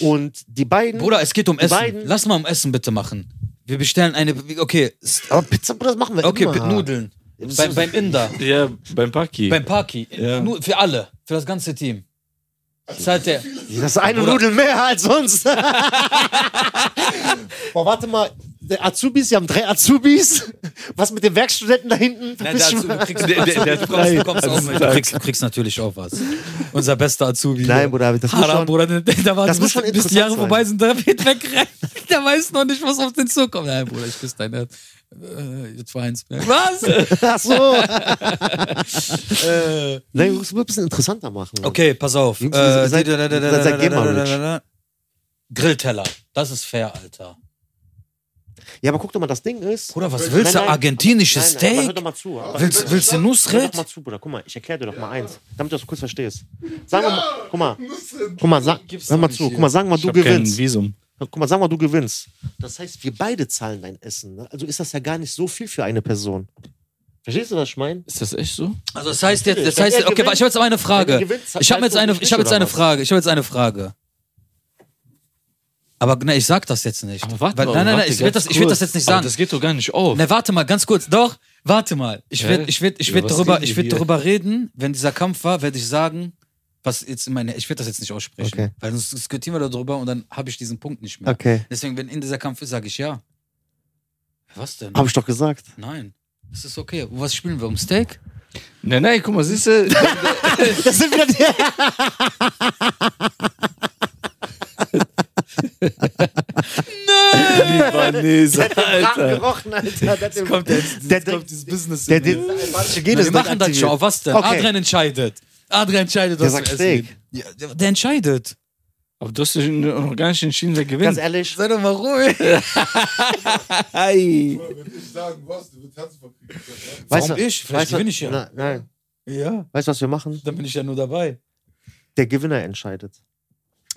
B: Und die beiden.
A: Bruder, es geht um
B: Hm? Die
A: Essen.
B: beiden-
A: Lass mal um Essen bitte machen. Wir bestellen eine. Okay, s-
B: aber Pizza, Bruder, das machen wir
A: okay,
B: immer.
A: mit Nudeln. Bei, beim Inder.
C: Ja, beim Paki.
A: Beim Paki.
C: Ja.
A: Nur für alle. Für das ganze Team. Zahlt der.
B: Das ist eine
A: Bruder.
B: Nudel mehr als sonst. Boah, warte mal. Der Azubis, wir haben drei Azubis. Was mit den Werkstudenten da hinten?
A: Nein, der Azubi, du kriegst,
C: Der- der- der-
A: du kommst, du kommst auch mit. Du kriegst, du kriegst natürlich auch was. Unser bester Azubi.
B: Nein, Bruder, das muss
A: Haram,
B: schon,
A: Bruder, da- da war
B: Das
A: bis,
B: muss schon
A: bis die Jahre
B: interessant
A: vorbei sind, da wird wegrennen. Der weiß noch nicht, was auf den zukommt. Nein, Bruder, ich küsse dein Herz. Äh, jetzt war eins mehr. Was?
B: Ach so.
A: äh,
B: Nein, du musst ein bisschen interessanter machen.
A: Okay, pass auf.
B: Jungs,
A: Äh,
B: ihr seid-
A: die- da- da- da-
B: ihr seid
A: da- da- da- da-
B: Gamer-Rich.
A: da- da- Grillteller. Das ist fair, Alter.
B: Ja, aber guck doch mal, das Ding ist.
A: Bruder, was willst du?
B: nein.
A: Argentinisches
B: Nein, nein, aber Hör
A: Steak?
B: doch mal zu. aber-
A: Willst, willst du
B: Hör doch
A: Nusret?
B: mal zu, Bruder. Guck mal, ich erkläre dir doch mal eins, damit du das kurz verstehst. Sagen wir mal, guck mal,
D: Nusret.
B: guck mal, sag,
A: Gibt's
B: hör mal
A: doch
B: zu,
A: nicht
B: guck mal, sagen wir mal,
C: Ich
B: du
C: hab kein
B: gewinnst.
C: Visum.
B: Guck mal, sagen wir, du gewinnst. Das heißt, wir beide zahlen dein Essen. Ne? Also ist das ja gar nicht so viel für eine Person. Verstehst du, was ich meine?
C: Ist das echt so?
A: Also das heißt jetzt, das
B: Wenn
A: heißt,
B: er
A: okay,
B: gewinnt-
A: warte, ich habe jetzt aber eine
B: Wenn
A: Frage.
B: du gewinnst,
A: Ich habe
B: zahlst
A: jetzt
B: du
A: eine,
B: nicht,
A: ich habe jetzt
B: oder
A: eine
B: was?
A: Frage. Ich habe jetzt eine Frage. Aber ne, ich sag das jetzt nicht.
C: Aber warte
A: Weil-
C: mal,
A: nein, nein, nein,
C: warte,
A: ich will
C: ganz
A: das, ich will
C: kurz.
A: das jetzt nicht
C: Aber
A: sagen.
C: das geht doch gar nicht auf.
A: Ne, warte mal, ganz kurz. Doch, warte mal. Ich
C: Hä?
A: werde ich werd, ich
C: Über
A: werd
C: was
A: darüber,
C: reden
A: ich
C: wir
A: werd
C: hier?
A: darüber reden, wenn dieser Kampf war, werde ich sagen, was jetzt in meine, ich werde das jetzt nicht aussprechen,
B: Okay.
A: weil sonst diskutieren wir darüber und dann habe ich diesen Punkt nicht mehr.
B: Okay.
A: Deswegen, wenn in dieser Kampf ist, sage ich ja. Was denn?
B: Hab ich doch gesagt.
A: Nein. Das ist okay. Was spielen wir? Um Steak?
C: Nein, nein, guck mal, siehst du?
B: Das sind wieder die.
A: Nein!
C: Libanese, Alter.
B: gerochen, Alter. Der, der,
A: Kommt jetzt,
B: der,
A: jetzt
B: der,
A: kommt dieses Business.
B: der,
A: in mir.
B: Gene
A: wir machen das schon. Auf was denn?
B: Okay.
A: Adrian entscheidet. Adrian entscheidet,
B: Der
A: was
B: sagt
A: wir
B: Steak.
A: essen. Ja, der, der entscheidet.
C: Aber du hast dich noch gar nicht entschieden, wer gewinnt.
B: Ganz ehrlich,
A: Sei doch mal ruhig.
C: Ei.
D: Wenn ich sagen was, du wirst Herzinfarkt kriegen.
B: weißt du,
A: Warum ich? Vielleicht
B: weißt du-
A: gewinne ich ja.
B: Nein, nein.
A: Ja,
B: Weißt du, was wir machen?
A: dann bin ich ja nur dabei.
B: Der Gewinner entscheidet.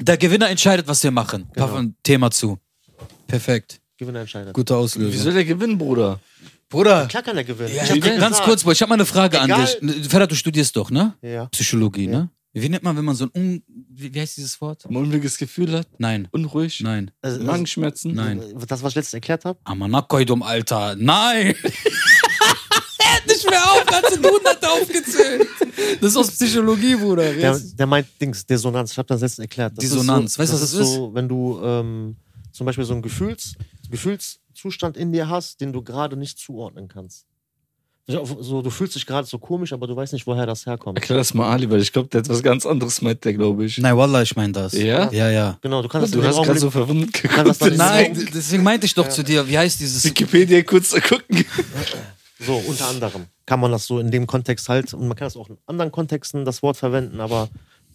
A: Der Gewinner entscheidet, was wir machen.
B: Genau.
A: Paff ein Thema zu. Perfekt.
B: Gewinner entscheidet.
A: Gute
C: Wie
A: Auslösung.
C: soll der gewinnen, Bruder?
A: Bruder,
B: Klar kann er gewinnen.
A: ja,
B: Ich hab dir
A: ganz
B: gesagt.
A: kurz, Bro, ich habe mal eine Frage an
B: Egal.
A: dich. Ferhat, du studierst doch, ne?
B: Ja.
A: Psychologie,
B: Ja.
A: ne? Wie nennt man, wenn man so ein un wie, wie heißt dieses Wort?
C: Ein mulmiges Gefühl hat,
A: Nein,
C: unruhig,
A: nein.
B: Also, also,
C: Magenschmerzen.
A: Nein.
B: Das, was ich letztens erklärt habe.
A: Amanakoidum, Alter. Nein! Hört nicht mehr auf, ganze Hunderte aufgezählt. Das ist aus Psychologie, Bruder.
B: Der, der meint Dings, Dissonanz. Ich habe das letztens erklärt. Das
A: Dissonanz.
B: Ist so,
A: Weißt du,
B: das
A: was
B: ist
A: das ist?
B: so, wenn du ähm, zum Beispiel so einen Gefühls, Gefühlszustand in dir hast, den du gerade nicht zuordnen kannst. Also, So, du fühlst dich gerade so komisch, aber du weißt nicht, woher das herkommt.
C: Erklär das mal Ali, weil ich glaube, der hat was ganz anderes meint, der glaube ich.
A: Nein, Wallah, ich meine das.
C: Ja?
A: Ja, ja.
B: Genau, du kannst das in
C: Du
B: dem
C: hast gerade
B: Augenblick-
C: so verwundert
B: Kann das
C: geguckt.
B: doch
A: Nein,
B: nicht
A: d- deswegen meinte ich doch zu dir, wie heißt dieses
C: Wikipedia kurz gucken.
B: So, unter anderem kann man das so in dem Kontext halt, und man kann das auch in anderen Kontexten das Wort verwenden, aber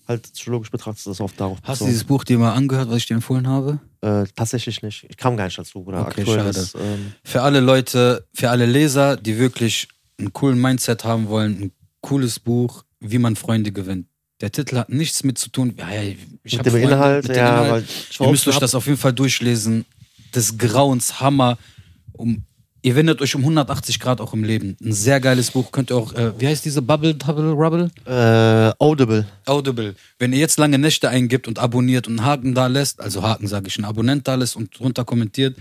B: halt psychologisch betrachtet ist das oft darauf
A: Hast du
B: bezogen.
A: dieses Buch dir mal angehört, was ich dir empfohlen habe?
B: Äh, tatsächlich nicht. Ich kam gar nicht dazu, Bruder.
A: Okay,
B: Aktuell
A: schade.
B: ist, ähm,
A: Für alle Leute, für alle Leser, die wirklich einen coolen Mindset haben wollen, ein cooles Buch, wie man Freunde gewinnt. Der Titel hat nichts mit zu tun. Ja, ja, ich hab
B: mit dem
A: Freunde,
B: Inhalt,
A: mit dem
B: ja,
A: Inhalt.
B: weil ich
A: Ihr müsst euch
B: hab-
A: das auf jeden Fall durchlesen. Des Grauens, Hammer. Um, ihr wendet euch um 180 Grad auch im Leben. Ein sehr geiles Buch. Könnt ihr auch, äh, wie heißt diese Bubble, Double, Rubble?
B: äh, Audible.
A: Audible. Wenn ihr jetzt lange Nächte eingibt und abonniert und einen Haken da lässt, also Haken sage ich, einen Abonnent da lässt und drunter kommentiert,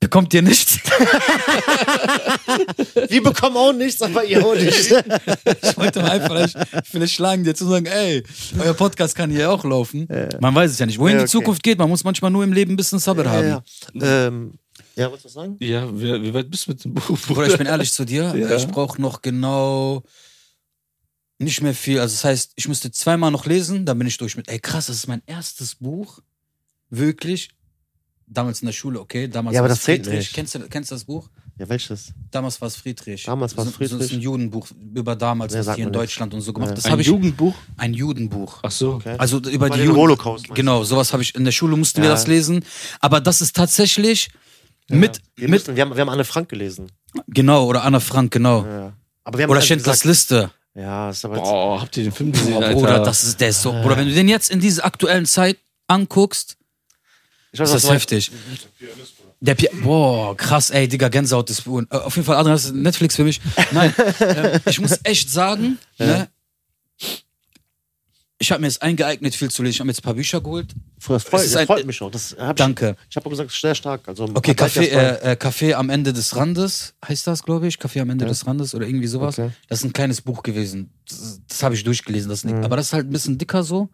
A: bekommt ihr nichts.
B: Wir bekommen auch nichts, aber ihr auch nicht.
A: Ich wollte mal einfach, vielleicht, vielleicht schlagen die jetzt und sagen, ey, euer Podcast kann hier auch laufen. Man weiß es ja nicht. Wohin
B: Ja,
A: die
B: okay.
A: Zukunft geht, man muss manchmal nur im Leben ein bisschen Sabbat
B: ja,
A: haben.
B: ja. Ähm, ja, wolltest du was sagen?
C: Ja, wie, wie weit bist du mit dem Buch?
A: Bruder, ich bin ehrlich zu dir,
C: Ja.
A: ich brauche noch genau nicht mehr viel. Also das heißt, ich müsste zweimal noch lesen, dann bin ich durch mit. Ey, krass, das ist mein erstes Buch. Wirklich. Damals in der Schule, okay. Damals
B: Ja, aber
A: war es
B: das zählt
A: Friedrich.
B: nicht.
A: Kennst du, kennst du das Buch?
B: Ja, welches?
A: Damals war es Friedrich.
B: Damals war es
A: So- So, das ist ein
B: Friedrich.
A: Judenbuch über damals,
B: Nee,
A: was
B: sagt
A: hier in
B: mir nichts.
A: Deutschland und so gemacht.
B: Nee.
A: Das
C: ein
A: habe ich
C: Jugendbuch?
A: ein Judenbuch.
C: Ach so.
B: Okay.
A: Also über
B: Über
A: die
B: den
A: Juden.
B: Holocaust, meinst du?
A: Genau, sowas habe ich in der Schule mussten wir
B: Ja.
A: das lesen. Aber das ist tatsächlich mit
B: Wir,
A: mit
B: müssen, wir, haben, wir haben Anne Frank gelesen.
A: genau oder Anna Frank genau.
B: Ja. Aber wir haben
A: Oder
B: halt
A: Schindlers
B: gesagt-
A: Liste.
B: Ja, ist aber jetzt,
C: Boah, habt ihr den Film gesehen,
A: Boah,
C: Alter?
A: Bruder, das ist, der ist so. Bruder, wenn du den jetzt in dieser aktuellen Zeit anguckst,
B: ich weiß,
A: ist das
B: was du meinst.
A: heftig. Der Pi Boah, krass, ey, Digga, Gänsehaut ist. und, äh, Auf jeden Fall, Adrian, das ist Netflix für mich. Nein, ähm, ich muss echt sagen, ne, ich habe mir jetzt eingeeignet, viel zu lesen. Ich habe mir jetzt ein paar Bücher geholt.
B: Das freut,
A: Es ist
B: das
A: ein-
B: freut mich auch. Das hab ich,
A: Danke.
B: Ich habe auch gesagt, sehr stark. Also,
A: Okay,
B: hat
A: Kaffee,
B: halt erst mal-
A: äh, äh, Kaffee am Ende des Randes heißt das, glaube ich. Kaffee am Ende des Randes oder irgendwie sowas.
B: Okay.
A: Das ist ein kleines Buch gewesen. Das, das habe ich durchgelesen. Das,
B: Mhm.
A: Aber das ist halt ein bisschen dicker so.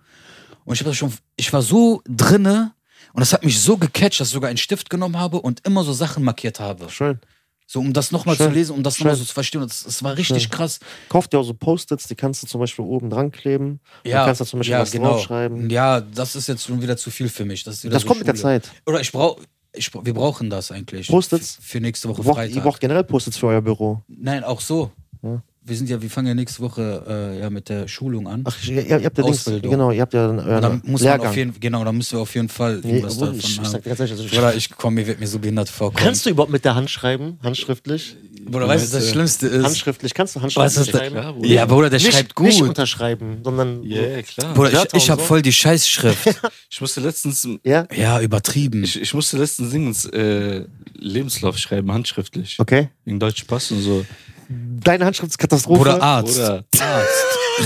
A: Und ich, hab das schon, ich war so drinne und das hat mich so gecatcht, dass ich sogar einen Stift genommen habe und immer so Sachen markiert habe.
B: Schön.
A: So, um das nochmal zu
B: Schön.
A: lesen, um das nochmal
B: Schön.
A: so zu verstehen. Und Das, das war richtig
B: Schön.
A: krass.
B: Kauf dir auch so Post-its, die kannst du zum Beispiel oben dran kleben.
A: Ja,
B: du kannst da zum Beispiel
A: ja, genau.
B: was draufschreiben.
A: Ja, das ist jetzt schon wieder zu viel für mich. Das, ist wieder
B: Das
A: so
B: kommt mit der
A: Schule.
B: Zeit.
A: Oder ich brauche, ich, bra- wir brauchen das eigentlich.
B: Post-its?
A: F- Für nächste Woche
B: Ihr braucht,
A: Freitag.
B: ihr braucht generell Post-its für euer Büro.
A: Nein, auch so.
B: Ja.
A: Wir sind ja, wir fangen ja nächste Woche äh, ja mit der Schulung an.
B: Ach, ihr, ihr habt ja Dings,
A: Ausbildung.
B: genau, ihr habt ja dann
A: und
B: euren
A: dann muss man
B: Lehrgang.
A: auf jeden, genau, dann müssen wir auf jeden Fall
B: Nee,
A: irgendwas
B: obwohl, ich, ich
A: davon
B: sag
A: haben.
B: dir ganz ehrlich, also ich,
A: Oder ich komm, mir wird mir so behindert vorkommen.
B: kannst du überhaupt mit der Hand schreiben, handschriftlich?
A: Oder weißt du, was das Schlimmste ist?
B: handschriftlich kannst du
A: Weißt du,
B: handschriftlich
A: was
B: schreiben?
C: Ja, Bruder.
A: Ja, Bruder, der
B: nicht,
A: schreibt
B: Nicht
A: gut.
B: unterschreiben, sondern
C: Ja, klar.
A: Bruder, ich,
B: Wörter
A: ich
B: und
A: habe
B: so.
A: voll die Scheißschrift.
C: Ich musste letztens,
B: ja.
A: ja, übertrieben.
C: ich, ich musste letztens Dingens, äh, Lebenslauf schreiben, handschriftlich.
B: Okay.
C: Wegen deutschen Pass und so.
B: Deine Handschrift ist Katastrophe.
A: Bruder, ah. Arzt.
C: Bruder,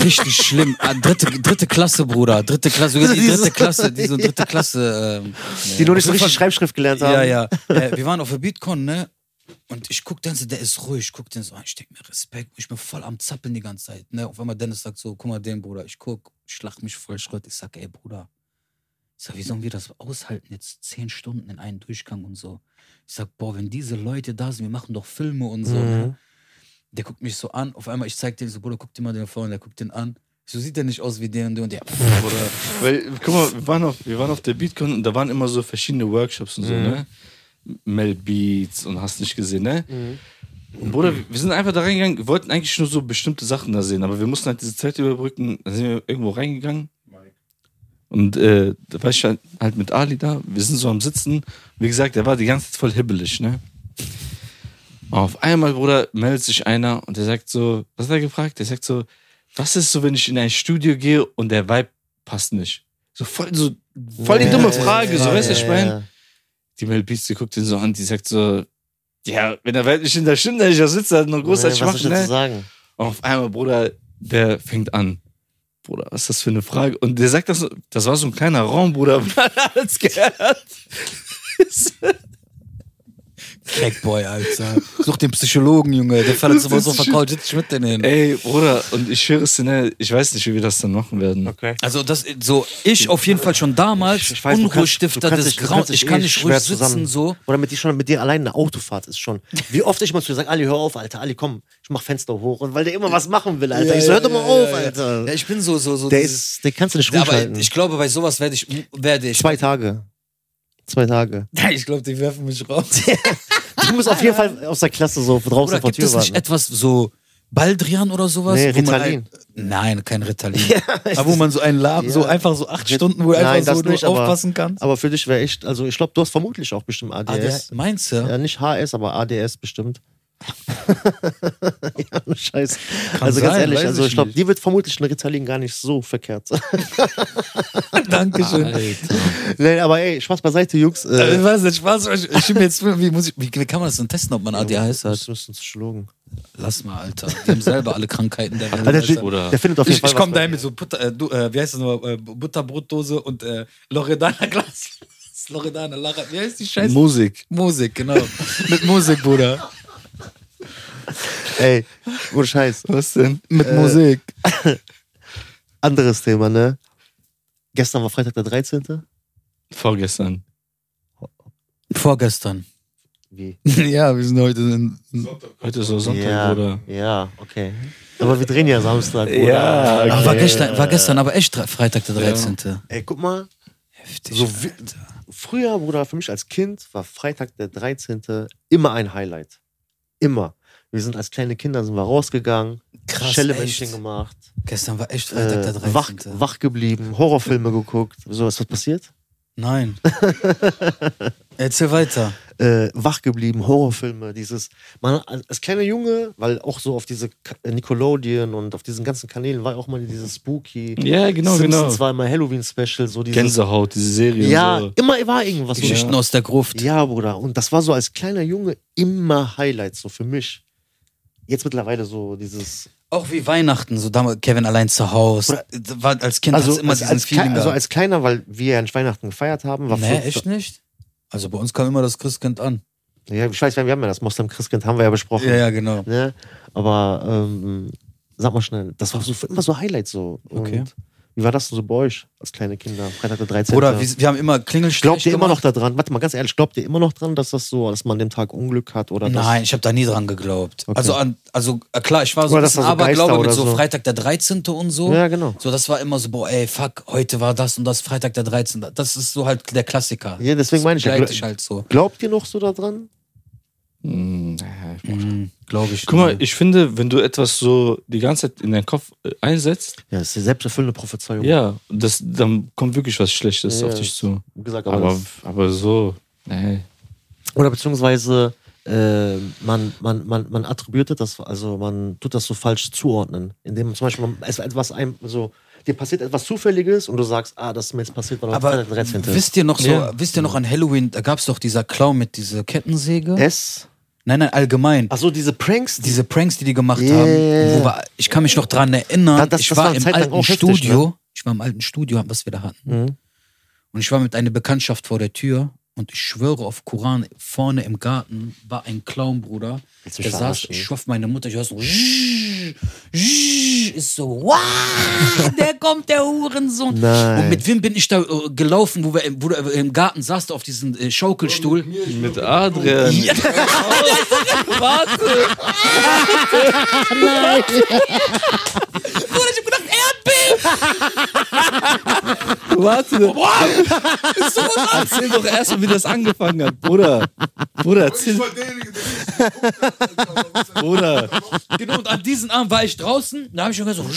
A: Richtig schlimm. Ah, Dritte, dritte Klasse, Bruder. Dritte Klasse, sogar die
B: Dieses-
A: dritte Klasse, diese dritte Klasse. Ähm,
B: die nur nicht so
A: Auf jeden
B: richtig Schreibschrift gelernt haben.
A: Ja, ja. Äh, wir waren auf der Beatcon, ne? Und ich guck Denzel, der ist ruhig, ich guck den so an, ich denk mir Respekt, ich bin voll am Zappeln die ganze Zeit, ne? Auf einmal Dennis sagt so, guck mal den, Bruder, ich guck, ich lach mich voll Schrott, ich sag, ey, Bruder, ich sag, wie sollen wir das aushalten jetzt, zehn Stunden in einem Durchgang und so. Ich sag, boah, wenn diese Leute da sind, wir machen doch Filme und so, ne?
B: Mhm.
A: Der guckt mich so an, auf einmal, ich zeig dem so, Bruder, guck dir mal den vor und der guckt den an. So sieht er nicht aus wie der und der und der.
C: Bruder. Weil, guck mal, wir waren, auf, wir waren auf der BeatCon und da waren immer so verschiedene Workshops und so, ne? Mel Beats und hast nicht gesehen, ne?
B: Mhm.
C: Und Bruder, wir sind einfach da reingegangen, wir wollten eigentlich nur so bestimmte Sachen da sehen, aber wir mussten halt diese Zeit überbrücken, dann sind wir irgendwo reingegangen. Und äh, da war ich halt, halt mit Ali da, wir sind so am Sitzen. Wie gesagt, der war die ganze Zeit voll hibbelig, ne? Und auf einmal, Bruder, meldet sich einer und der sagt so, was hat er gefragt? Der sagt so, was ist so, wenn ich in ein Studio gehe und der Vibe passt nicht? So voll, so, voll die
B: Ja,
C: dumme
B: ja,
C: Frage,
B: Äh, ja,
C: so, weißt du,
B: ja,
C: ich meine?
B: ja.
C: Die Mel Beats, die guckt ihn so an, die sagt so, ja, wenn der Welt nicht in der Stunde ich da sitze, dann noch großartig
B: Nee, was soll ich
C: machen,
B: dazu
C: ne?
B: sagen?
C: Und auf einmal, Bruder, der fängt an. Bruder, was ist das für eine Frage? Und der sagt das, so- das war so ein kleiner Raum, Bruder. Man hat alles gehört.
A: Crackboy, Alter. Such den Psychologen, Junge. Der fällt jetzt immer so auf der Couch, sitzt mit denen.
C: Ey, Bruder, und ich schwöre es dir, ne, ich weiß nicht, wie wir das dann machen werden.
B: Okay.
A: Also das so ich auf jeden Fall schon damals
B: Ich weiß, du kannst-
A: Unruhestifter
B: du kannst
A: des
B: dich- du
A: Grauens.
B: kannst dich
A: Ich kann
B: eh
A: nicht
B: schwer
A: ruhig sitzen
B: zusammen-
A: so.
B: Oder mit dir schon, mit dir allein eine Autofahrt ist schon. Wie oft ich mal zu dir sage, Ali, hör auf, Alter, Ali, komm, ich mach Fenster hoch. Und weil der immer was machen will, Alter. ich so, hör doch mal auf, Alter.
A: Ja, ich bin so so so.
B: Der
A: dieses-
B: ist, den kannst du nicht ruhig
A: aber
B: halten.
A: ich glaube, bei sowas werde ich werde ich.
B: Zwei Tage. Zwei Tage.
A: Ich glaube, die werfen mich raus.
B: Du bist auf jeden Fall aus der Klasse so draußen
A: Oder
B: vor
A: gibt
B: Tür
A: es nicht
B: warten.
A: etwas so Baldrian oder sowas?
B: Nee,
A: wo man
B: Ritalin.
A: Halt, nein, kein Ritalin. aber wo man so einen Laden, so
B: Ja.
A: einfach so acht Stunden, wo du
B: Nein,
A: einfach
B: das
A: so nur
B: nicht, aber-
A: aufpassen kannst.
B: Aber für dich wäre echt, also ich glaube, du hast vermutlich auch bestimmt ADS.
A: ADS, meinst du?
B: Ja, nicht HS, aber ADS bestimmt. ja, scheiße. also ganz
A: sein,
B: ehrlich,
A: weiß
B: also
A: ich
B: ich glaube,
A: nicht.
B: dir wird vermutlich ein Ritalin gar nicht so verkehrt.
A: Dankeschön.
B: Nein, aber ey, Spaß beiseite, Jungs.
A: Äh,
B: Äh,
A: was, das Spaß, ich, ich bin jetzt, wie, muss ich, wie, wie kann man das denn testen, ob man ADHS
B: das
A: hat?
B: müssen uns schlugen.
A: Lass mal, Alter. Die haben selber alle Krankheiten der Welt.
B: Alter,
A: Alter.
B: der, der findet auf jeden
A: Ich,
B: Fall
A: ich komme
B: was bei
A: dahin
B: dir.
A: mit so Butter, äh, du, äh, wie heißt das nochmal, äh, Butterbrotdose und äh, Loredana Glas. Loredana, Lara, wie heißt die Scheiße?
C: Musik.
A: Musik, genau. mit Musik, Bruder.
B: Ey, ohne Scheiß.
C: Was denn?
A: Mit Musik.
B: Anderes Thema, ne? Gestern war Freitag der 13.
C: Vorgestern.
A: Vorgestern.
B: Wie?
A: ja, wir sind heute in.
D: Sonntag.
C: Heute ist doch Sonntag,
B: ja,
C: oder?
B: ja, okay. Aber wir drehen ja Samstag, oder?
C: Ja,
A: Aber war,
B: Ey,
A: gestern, war gestern aber echt Freitag der 13.
B: Ey, guck mal,
A: Heftig.
B: So wie, früher, Bruder, für mich als Kind war Freitag der 13. immer ein Highlight. Immer. Wir sind als kleine Kinder sind wir rausgegangen,
A: Krass,
B: Schellemännchen
A: echt.
B: gemacht,
A: Gestern war echt Freitag der
B: äh,
A: 13.
B: wach, wach geblieben, Horrorfilme geguckt. So, was ist passiert?
A: Nein. Erzähl weiter.
B: Äh, wach geblieben, Horrorfilme, dieses. Man, als kleiner Junge, weil auch so auf diese Ka- Nickelodeon und auf diesen ganzen Kanälen war auch mal dieses Spooky.
C: Ja, genau,
B: Simpsons
C: genau.
B: war immer Halloween-Special, so dieses.
C: Gänsehaut, diese Serie.
B: Ja,
C: und
B: immer war irgendwas. Bruder.
A: Geschichten aus der Gruft.
B: Ja, Bruder. Und das war so als kleiner Junge immer Highlight, so für mich. Jetzt mittlerweile so dieses.
A: Auch wie Weihnachten, so damals Kevin allein zu Hause. War, als Kind hat's
B: Also
A: immer
B: als,
A: diesen
B: als, Kle-
A: Feeling.
B: also
A: gehabt.
B: als kleiner, weil wir ja nicht Weihnachten gefeiert haben, war
A: nee,
B: für-
A: echt nicht? Also bei uns kam immer das Christkind an.
B: Ja, ich weiß, wir haben ja das Moslem Christkind, haben wir ja besprochen.
A: Ja, ja, genau.
B: Ne? Aber ähm, sag mal schnell, das war so für immer so Highlight so. Und
A: Okay.
B: Wie war das denn so bei euch als kleine Kinder? Freitag der 13.
A: Oder wir, wir haben immer Klingelstreich
B: Glaubt ihr immer
A: gemacht.
B: noch daran? Warte mal ganz ehrlich, glaubt ihr immer noch dran, dass das so, dass man an dem Tag Unglück hat oder dass-
A: Nein, ich habe da nie dran geglaubt.
B: Okay.
A: Also, an, also äh, klar, ich war so
B: Oder
A: ein
B: dass da
A: bisschen
B: so Geister
A: Aberglaube mit
B: oder
A: so,
B: so.
A: Freitag der 13. und so.
B: Ja, genau.
A: So, das war immer so, boah, ey, fuck, heute war das und das, Freitag der 13. Das ist so halt der Klassiker.
B: Ja, deswegen meine ich ja,
A: Begleite ich
B: gl
A: halt so.
B: glaubt ihr noch so daran?
C: so. Hm, naja, ich-
A: Mhm, Glaube ich.
C: Guck mal, ich finde, wenn du etwas so die ganze Zeit in deinen Kopf äh, einsetzt,
B: Ja, das ist eine selbsterfüllende Prophezeiung.
C: ja, das, dann kommt wirklich was Schlechtes
B: Ja,
C: auf
B: ja.
C: dich zu.
B: Wie gesagt, aber
C: Aber,
B: das-
C: aber so, nee.
B: Oder beziehungsweise äh, man, man, man, man attribuiert das, also man tut das so falsch zuordnen. Indem zum Beispiel man, es etwas einem, so, dir passiert etwas Zufälliges und du sagst, ah, das ist mir jetzt passiert, weil
A: aber
B: heute der 13. ist.
A: wisst ihr noch so,
C: Ja.
A: wisst ihr noch an Halloween, da gab es doch dieser Clown mit dieser Kettensäge?
B: Äh? Es?
A: Nein, nein, allgemein.
B: Ach so, diese Pranks, die
A: Diese Pranks, die die gemacht
B: Yeah.
A: haben, wo wir, ich kann mich noch dran erinnern,
B: Da- das-
A: ich
B: das
A: war,
B: war eine
A: im
B: Zeit lang
A: alten
B: auch heftig, ne?
A: Studio, ich war im alten Studio, was wir da hatten.
B: Mhm.
A: Und ich war mit einer Bekanntschaft vor der Tür und ich schwöre auf Koran, vorne im Garten war ein Clown, Bruder.
B: Willst du
A: Der
B: mich
A: saß,
B: verarschen?
A: ich schwör auf meine Mutter, ich hör so, ist so, wow, der kommt, der Hurensohn.
B: Nein.
A: Und mit wem bin ich da äh, gelaufen, wo, wir, im- wo du äh, im Garten saßt, auf diesem äh, Schaukelstuhl?
D: Mir, ich
C: Mit Adrian.
A: Ja. Warte. Bruder, ich hab gedacht, Erdbeben!
C: Warte,
A: Oh, Wow! Ist so was
C: erzähl doch erst, wie das angefangen hat, Bruder. Bruder,
D: ich
C: erzähl.
D: war derjenige, der nicht
C: Bruder.
A: Genau, und an diesem Abend war ich draußen, da habe ich schon gehört so.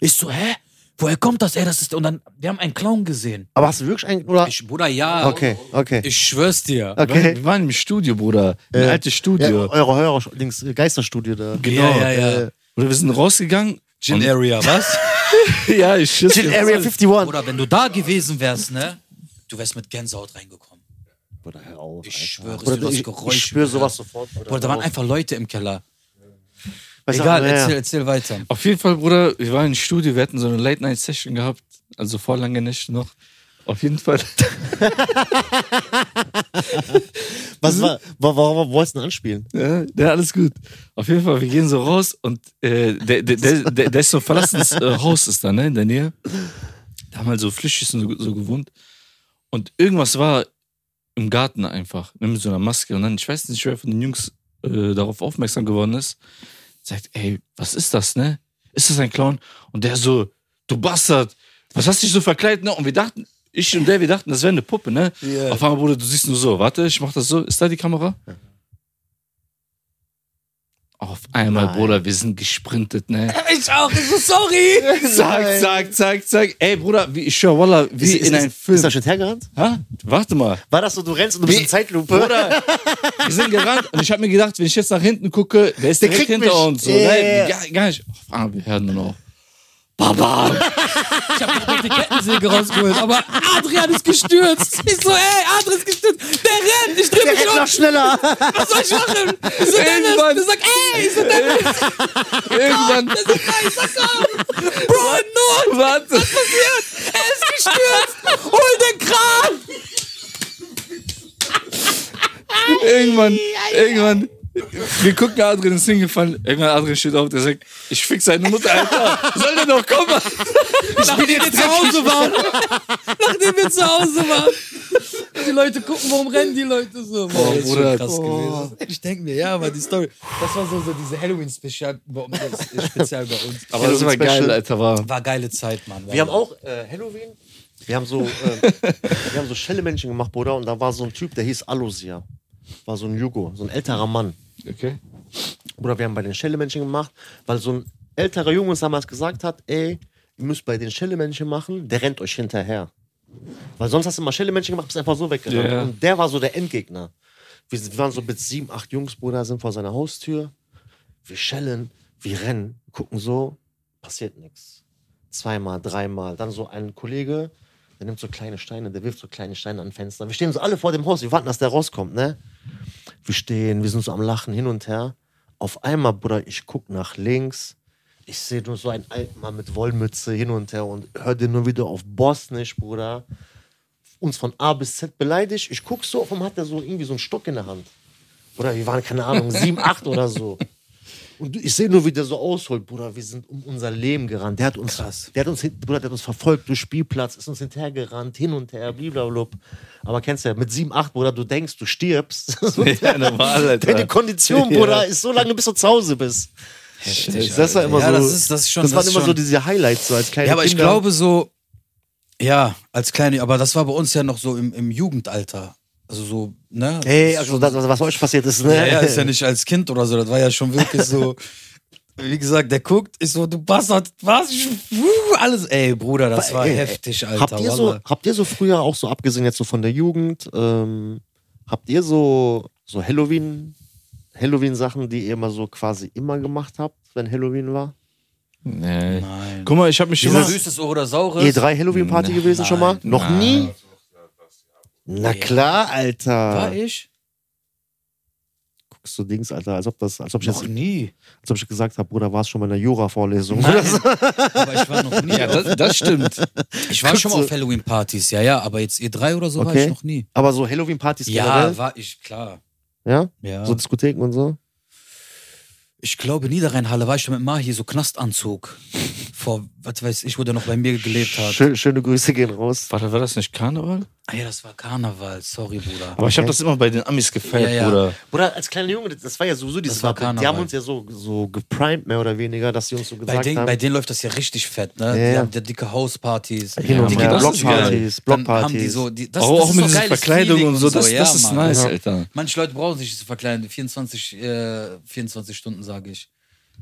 A: Ich so, hä? Woher kommt das? Ey, das ist. Und dann, wir haben einen Clown gesehen.
B: Aber hast du wirklich einen, oder?
A: Ich, Bruder, ja.
B: okay, okay.
A: Ich schwör's dir.
B: okay.
C: Wir waren im Studio, Bruder. Ein altes
B: ja,
C: Studio.
B: eure Hörer, links, Geisterstudio da.
C: Genau.
A: Ja, ja, ja.
C: Oder wir sind rausgegangen.
A: Gin Area, was?
C: ja, ich schiss.
B: Chill Area 51.
A: Bruder, wenn du da gewesen wärst, ne? Du wärst mit Gänsehaut reingekommen.
B: Bruder, hör auf,
A: Ich schwöre
B: Alter.
A: es dir,
B: Bruder,
A: du hast
B: ich,
A: Geräusche
B: ich spüre
A: gehört.
B: sowas sofort.
A: Bruder, da waren
B: Hör auf.
A: einfach Leute im Keller.
B: Weißt du,
A: Egal,
B: ja, ja.
A: erzähl, erzähl weiter.
C: Auf jeden Fall, Bruder, wir waren im Studio, wir hatten so eine Late-Night-Session gehabt, also vor lange nicht noch. Auf jeden Fall.
A: Mhm.
B: Was war, wa- warum wolltest du denn anspielen?
C: Ja, ja, alles gut. Auf jeden Fall, wir gehen so raus und äh, der, der, der, der, der ist so ein verlassenes äh, Haus ist da, ne, in der Nähe. Da haben halt so Flüchtschüssen so, so gewohnt. Und irgendwas war im Garten einfach, ne, mit so einer Maske. Und dann, ich weiß nicht, wer von den Jungs äh, darauf aufmerksam geworden ist, sagt, ey, was ist das, ne? Ist das ein Clown? Und der so, du Bastard, was hast dich so verkleidet, ne? Und wir dachten, Ich und Dave, wir dachten, das wäre eine Puppe, ne?
B: Ja.
C: Auf einmal, Bruder, du siehst nur so. Warte, ich mach das so. Ist da die Kamera? Auf einmal,
B: Nein.
C: Bruder, wir sind gesprintet, ne?
A: Ich auch, ich so sorry.
C: Zack, zack, zack, zack. Ey, Bruder, wie, ich schwör, Wallah, wie
B: Ist, ist,
C: in einem
B: ist,
C: Film.
B: ist das schon hergerannt?
C: Ha? Warte mal.
B: War das so, du rennst und du bist
C: Wie-
B: in Zeitlupe?
C: Bruder, wir sind gerannt und ich habe mir gedacht, wenn ich jetzt nach hinten gucke, der ist
B: Der
C: direkt
B: kriegt
C: hinter
B: mich.
C: uns. So,
B: Ja, ja,
C: ne?
B: ja.
C: Gar, gar nicht. Auf einmal, wir hören nur noch. Baba!
A: Ich hab doch noch die Kettensäge rausgeholt, aber Adrian ist gestürzt. Ich so, ey, Adrian ist gestürzt. Der rennt, ich dreh
B: Der
A: mich
B: rennt noch
A: um.
B: schneller.
A: Was soll ich machen? Ich so, Dennis,
C: Irgendwann-
A: der sagt, ey, ich so, Dennis,
C: Irgendwann,
A: der sagt, ey, ich sag, komm. Bro, in Not,
C: warte.
A: er ist gestürzt. Hol den Kran.
C: Irgendwann, irgendwann. Wir gucken Adrian ins Hingefallen. Irgendwann Adrian steht auf, der sagt, ich fick seine Mutter, Alter. Soll der doch kommen?
A: Nachdem wir zu Hause waren. Nachdem wir zu Hause waren. Die Leute gucken, warum rennen die Leute so? Boah,
C: das ist schon krass
B: Oh.
A: gewesen. Ich denke mir, ja, aber die Story, das war so, so diese Halloween-Spezial bei uns. äh, Spezial bei uns.
C: Aber das war geil, Alter. War.
A: War geile Zeit, Mann. Also,
B: Wir haben auch äh, Halloween. Wir haben so, äh, wir haben so Schellemenschen gemacht, Bruder. Und da war so ein Typ, der hieß Alosia. War so ein Jugo, so ein älterer Mann.
C: Okay.
B: Bruder, wir haben bei den Schellemenschen gemacht, weil so ein älterer Junge uns damals gesagt hat, ey, ihr müsst bei den Schellemenschen machen, der rennt euch hinterher. Weil sonst hast du mal Schellemenschen gemacht, bist einfach so weggerannt.
C: Ja.
B: Und der war so der Endgegner. Wir, sind, wir waren so mit sieben, acht Jungs, Bruder, sind vor seiner Haustür. Wir schellen, wir rennen, gucken so, passiert nichts. Zweimal, dreimal. Dann so ein Kollege, der nimmt so kleine Steine, der wirft so kleine Steine an Fenster. Wir stehen so alle vor dem Haus, wir warten, dass der rauskommt, ne? Wir stehen, wir sind so am Lachen hin und her. Auf einmal, Bruder, ich guck nach links. Ich sehe nur so einen alten Mann mit Wollmütze hin und her und hör den nur wieder auf Bosnisch, Bruder. Uns von A bis Z beleidigt. Ich guck so, auf einmal hat er so irgendwie so einen Stock in der Hand. Bruder, wir waren, keine Ahnung, sieben, acht oder so. Und ich sehe nur, wie der so ausholt, Bruder. Wir sind um unser Leben gerannt. Der hat uns, Der hat uns, hin- Bruder, der hat uns verfolgt durch Spielplatz, ist uns hinterhergerannt, hin und her, blablabla. Aber kennst du ja, mit sieben, acht, Bruder, du denkst, du stirbst. So
C: Ja, normal, Alter.
B: Deine Kondition,
C: Ja.
B: Bruder, ist so lange, bis du zu Hause bist. das war immer
A: Ja,
B: so.
A: das ist- das ist schon-
B: das,
A: das
B: waren
A: ist
B: immer
A: schon-
B: so diese Highlights, so als kleine
A: Ja, aber ich
B: Kinder.
A: glaube so, ja, als kleine, aber das war bei uns ja noch so im, im Jugendalter. Also so, ne?
B: Hey, also das, was euch passiert ist, ne?
A: Ja, ja, ist ja nicht als Kind oder so, das war ja schon wirklich so. Wie gesagt, der guckt, ich so, du Bastard, was? Wuh, Alles, ey, Bruder, das war
B: Ey,
A: heftig, Alter.
B: habt, ihr so,
A: Wallah.
B: habt ihr so früher auch so, abgesehen jetzt so von der Jugend, ähm, habt ihr so, so Halloween, Halloween-Sachen, die ihr immer so quasi immer gemacht habt, wenn Halloween war?
C: Nee.
A: Nein.
C: Guck mal, ich habe mich
A: Dieses
C: immer.
A: süßes Ohr oder saures?
B: Ihr drei Halloween-Party
C: Nein,
B: gewesen schon mal? Noch
C: nein.
B: nie? Na klar, Alter.
A: war eh- ich?
B: Guckst du Dings, Alter, als ob, das, als ob ich jetzt
A: Noch nie.
B: Als ob ich gesagt habe, Bruder, war es schon bei einer Jura-Vorlesung.
A: Aber ich war noch nie.
C: Ja, das, das stimmt.
A: ich war schon mal auf Halloween-Partys, ja, ja, aber jetzt ihr drei oder so war
B: Okay.
A: ich noch nie.
B: Aber so Halloween-Partys
A: Ja,
B: generell,
A: war ich, klar.
B: ja?
A: Ja.
B: So Diskotheken und so.
A: Ich glaube, Niederrheinhalle war ich schon mit Mahi, so Knastanzug. Vor, was weiß ich, wo der noch bei mir gelebt hat.
B: Schö schöne Grüße gehen raus.
C: Warte, war das nicht Karneval?
A: Ah ja, das war Karneval, sorry, Bruder.
C: Aber ich habe das immer bei den Amis gefeiert,
A: Ja, ja.
C: Bruder.
B: Bruder, als kleiner Junge, das war ja sowieso
A: dieses war Wappen. Die
B: Die
A: Karneval.
B: haben
A: haben
B: uns
A: uns
B: ja so, so geprimed, mehr oder weniger, dass sie uns so
A: Bei
B: gesagt
A: denen,
B: haben.
A: bei denen läuft das ja richtig fett, ne?
B: Ja,
A: die
B: ja.
A: haben ja dicke Hauspartys.
B: Hin und
A: Dicke
B: her,
C: das ist geil.
B: Blockpartys,
A: Dann haben die
B: Blockpartys.
A: so, die, das,
C: auch
A: das
C: auch
A: ist
C: mit
A: so
C: dieser
A: geiles
C: Verkleidung
A: Feeling
C: und so, das,
A: ja,
C: das ist
A: Mann.
C: nice,
B: Ja.
C: Alter.
A: Manche Leute brauchen sich zu verkleiden, 24, äh, 24 Stunden, sage ich.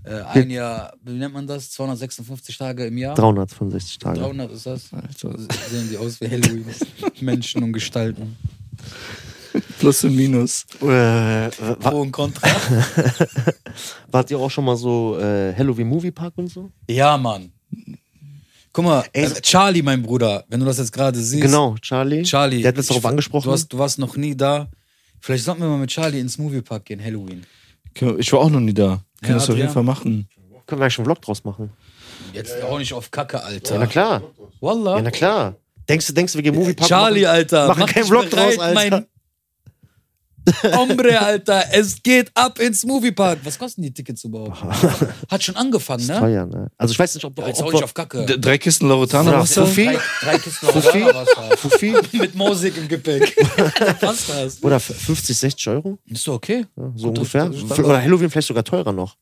A: Äh, ein Jahr, wie nennt man das? 256 Tage im Jahr?
B: 365 Tage.
A: 300 ist das?
C: Alter.
A: Sehen die aus wie Halloween. Menschen und Gestalten.
C: Plus und Minus.
B: Äh, wa
A: Pro und Contra.
B: wart ihr auch schon mal so äh, Halloween Movie Park und so?
A: Ja, Mann. Guck mal,
B: Ey,
A: äh, Charlie, mein Bruder, wenn du das jetzt gerade siehst.
B: Genau, Charlie.
A: Charlie.
B: Der hat uns
A: ich-
B: darauf angesprochen.
A: Du, hast, du warst noch nie da. Vielleicht sollten wir mal mit Charlie ins Moviepark gehen, Halloween.
C: Können- Ich war auch noch nie da. Können
A: Ja,
C: das auf
A: Adrian.
C: jeden Fall machen.
B: Können wir eigentlich einen Vlog draus machen?
A: Jetzt auch nicht auf Kacke, Alter.
B: Ja, na klar.
A: Wallah.
B: Ja, na klar. Denkst du, denkst du, wir gehen Movie Park
A: Äh, Charlie,
B: machen?
A: Alter.
B: machen
A: mach
B: keinen
A: dich
B: Vlog draus,
A: bereit,
B: Alter.
A: Mein Hombre, Alter. Es geht ab ins Moviepark. Was kosten die Tickets überhaupt? Hat schon angefangen, ne?
B: Teuer, ne? Also ich weiß nicht, ob du
A: Ja, Jetzt
B: ob,
A: auch
B: wir-
A: nicht auf Kacke.
C: D drei Kisten Lauretana
B: Ja.
C: Wasser.
B: Fuffi?
A: Drei, drei Kisten
B: Fuffi?
A: Wasser.
B: Fuffi?
A: Mit Musik im Gepäck. Passt das?
B: Oder f- 50, 60 Euro?
A: Ist doch okay.
B: Ja, so
A: Gut,
B: ungefähr.
A: das- das-
B: Oder Halloween vielleicht sogar teurer noch.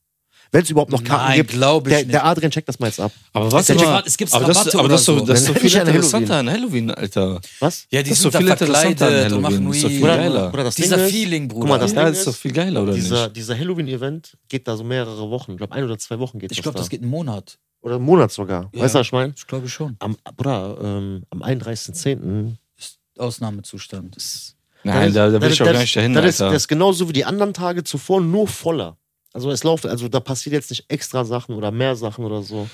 B: Wenn es überhaupt noch Karten
A: Nein,
B: gibt.
A: glaub ich
B: der,
A: nicht.
B: der Adrian checkt das mal jetzt ab.
C: Aber was
A: Der
C: aber,
A: checkt gerade, es gibt
C: aber das,
A: Rabatte
C: aber
A: oder
C: das, ist doch-
A: so.
C: das ist
B: Dann
C: doch
B: hätte
C: viel
B: ich eine
C: interessanter an Halloween, Alter.
B: Was?
A: Ja, die
C: Das ist
A: sind
C: doch
A: da
C: viel interessanter an
A: verkleidet und machen
C: Halloween. Das ist doch viel
A: Wii.
C: geiler.
B: Oder das
A: Dieser
B: Ding ist-
A: Feeling, Bruder.
B: Guck mal, das
C: Ja,
B: Ding
C: das ist doch
B: ist,
C: viel geiler, oder
B: dieser,
C: nicht?
B: dieser Halloween-Event geht da so mehrere Wochen. Ich glaube, ein oder zwei Wochen geht
A: ich
B: das
A: glaube,
B: da.
A: das geht einen Monat.
B: Oder einen Monat sogar.
A: Ja.
B: Weißt du, was ich meine?
A: Ich glaube schon.
B: Am, Bruder, ähm, am 31.10.
A: Ausnahmezustand.
C: Nein, da, da will ich auch gar nicht dahin,
B: Das ist, das
C: Alter.
B: ist genauso wie die anderen Tage zuvor, nur voller. Also es läuft, also da passiert jetzt nicht extra Sachen oder mehr Sachen oder so.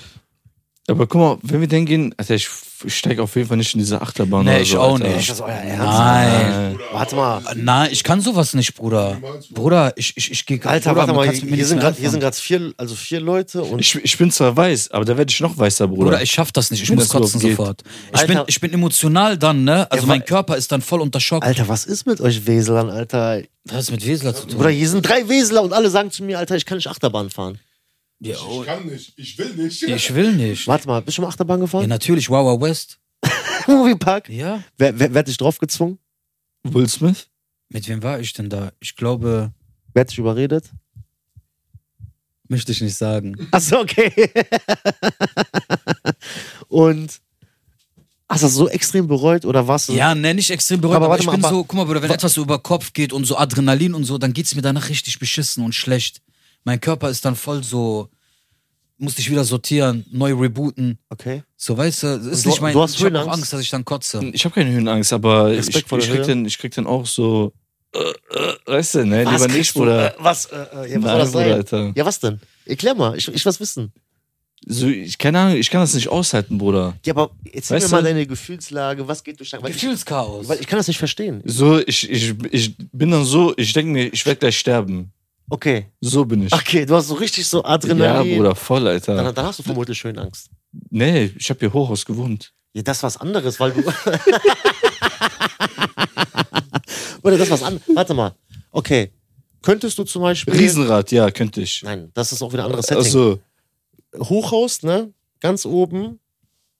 C: Aber guck mal, wenn wir denn gehen, Alter, ich steige auf jeden Fall nicht in diese Achterbahn
A: Nee,
C: oder
A: ich
C: so,
A: auch
C: Alter.
A: nicht.
B: Ist das euer
A: Nein.
C: Nein.
B: Warte mal.
A: Nein, ich kann sowas nicht, Bruder.
D: Niemals, Bruder.
A: Bruder, ich, ich, ich gehe
B: Alter,
A: Bruder,
B: warte
A: man
B: mal,
A: kann's mit mir
B: hier
A: nicht
B: sind
A: mehr
B: gerade hier sind
A: anfangen.
B: grad vier, also vier Leute und
C: Ich, ich bin zwar weiß, aber da werde ich noch weißer, Bruder.
A: Bruder, ich schaff das nicht. Ich
C: Wenn
A: muss
C: das überhaupt
A: kotzen
C: geht.
A: sofort. Ich bin,
B: Alter.
A: ich bin emotional dann, ne? Also
B: Ja,
A: mein
B: wa-
A: Körper ist dann voll unter Schock.
B: Alter, was ist mit euch Weselern, Alter?
A: Was hat das mit Weseler zu tun?
B: Bruder, hier sind drei Weseler und alle sagen zu mir, Alter, ich kann nicht Achterbahn fahren.
A: Ja, oh,
D: Ich kann nicht. Ich will nicht.
A: ich will nicht.
B: Warte mal, bist du schon mal Achterbahn
A: Ja,
B: gefahren?
A: natürlich, Wawa West.
C: Genau.
B: Moviepark?
A: Ja.
B: Wer, wer, wer hat dich draufgezwungen?
C: Will Smith?
A: Mit wem war ich denn da? Ich glaube,
B: Wer hat dich überredet?
A: möchte ich nicht sagen.
B: Achso, okay. und hast du das so extrem bereut oder warst du
A: Ja, ne, nicht extrem bereut,
B: Aber
A: aber,
B: warte
A: ich
B: mal,
A: bin
B: aber-
A: so, guck mal, Bruder, wenn etwas so über Kopf geht und so Adrenalin und so, dann geht's mir danach richtig beschissen und schlecht. Mein Körper ist dann voll so, muss ich wieder sortieren, neu rebooten.
B: okay?
A: So, weißt du, es ist
B: du-
A: nicht mein.
B: du
A: ich
B: hast Hm.
A: habe auch
B: Höhenangst?
A: Angst, dass ich dann kotze.
C: Ich habe keine Höhenangst, aber ich, ich,
B: Respekt vor der
C: krieg
B: Höhe.
C: dann, ich krieg dann auch so. Äh, äh, weißt du, ne? Lieber nicht,
B: kriegst du,
C: Bruder.
B: äh, was, äh, äh, ja, was soll
C: Nein,
B: das
C: Bruder,
B: sein?
C: Alter.
B: Ja, was denn? Erklär mal, ich, ich was wissen.
C: So, ich, keine Ahnung, ich kann das nicht aushalten, Bruder.
B: Ja, aber erzähl
C: Weißt
B: mir mal
C: du?
B: deine Gefühlslage, was geht durch dein weil ich,
A: Gefühlschaos.
B: weil ich kann das nicht verstehen.
C: So, ich, ich, ich bin dann so, ich denke mir, ich werde gleich sterben.
B: Okay.
C: So bin ich.
B: Okay, du hast so richtig so
C: ja,
B: Adrenalin.
C: Bruder, voll, Alter.
B: Dann, dann hast du vermutlich schön Angst.
C: Nee, ich habe hier Hochhaus gewohnt.
B: Ja, das ist was anderes, weil du. Oder das ist was anderes. Warte mal. Okay. Könntest du zum Beispiel.
C: Riesenrad, ja, könnte ich.
B: Nein, das ist auch wieder ein anderes Setting.
C: Also,
B: Hochhaus, ne? Ganz oben,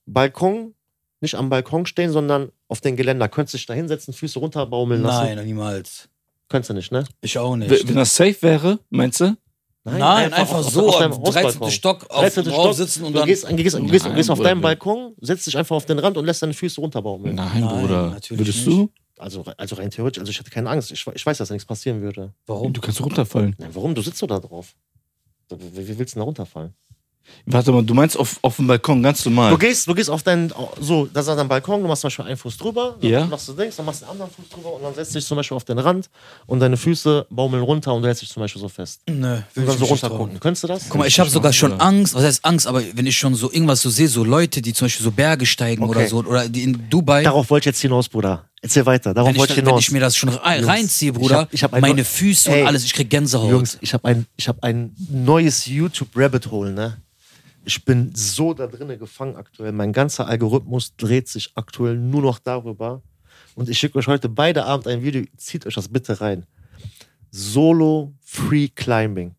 B: Balkon, nicht am Balkon stehen, sondern auf den Geländer. Könntest dich da hinsetzen, Füße runterbaumeln lassen?
A: Nein, niemals.
B: Könntest du nicht, ne?
A: Ich auch nicht.
C: w- wenn das safe wäre, meinst du?
A: Nein, einfach,
B: auf-
A: so
B: auf deinem
A: am 13.
B: Hausbalkon.
A: Stock auf
B: 13.
A: dem Raum
B: Stock,
A: sitzen und
B: du
A: dann.
B: gehst, gehst, du gehst,
C: Nein,
B: gehst auf
C: Bruder.
B: deinen Balkon, setzt dich einfach auf den Rand und lässt deine Füße runterbaumeln.
C: Nein,
A: Nein,
C: Bruder.
A: natürlich
C: Würdest
A: nicht.
C: du?
B: Also, also rein theoretisch, also ich hatte keine Angst. Ich, we- ich weiß, dass da nichts passieren würde.
A: Warum?
C: Du kannst runterfallen.
B: Nein, warum? Du sitzt doch da drauf. Du- Wie, wie willst du denn da runterfallen?
C: Warte mal, du meinst auf, auf dem Balkon ganz normal.
B: Du gehst, du gehst auf deinen, so, das ist dein Balkon, du machst zum Beispiel einen Fuß drüber, dann
C: Ja.
B: machst du links, dann machst du den anderen Fuß drüber und dann setzt dich zum Beispiel auf den Rand und deine Füße baumeln runter und du hältst dich zum Beispiel so fest.
A: Nö, will
B: Und dann
A: ich
B: so
A: mich nicht
B: runtergucken.
A: trauen.
B: Könntest du das?
A: Guck mal, ich habe
C: Ich
A: sogar
C: mach,
A: schon
C: Bruder.
A: Angst, was heißt Angst, aber wenn ich schon so irgendwas so sehe, so Leute, die zum Beispiel so Berge steigen oder
B: Okay.
A: so, oder die in Dubai,
B: Darauf wollte ich jetzt hinaus, Bruder. Erzähl weiter, darauf
A: wenn ich,
B: wollte ich
A: dann, wenn
B: hinaus.
A: ich mir das schon rein-
B: Jungs,
A: reinziehe,
B: ich
A: Bruder,
B: hab- ich hab ein-
A: meine Füße
B: Ey,
A: und alles, ich krieg Gänsehaut.
B: Jungs, ich habe ein, ich hab ein neues YouTube-Rabbit-Hole, ne? Ich bin so da drinnen gefangen aktuell. Mein ganzer Algorithmus dreht sich aktuell nur noch darüber. Und ich schicke euch heute beide Abend ein Video. Zieht euch das bitte rein. Solo Free Climbing.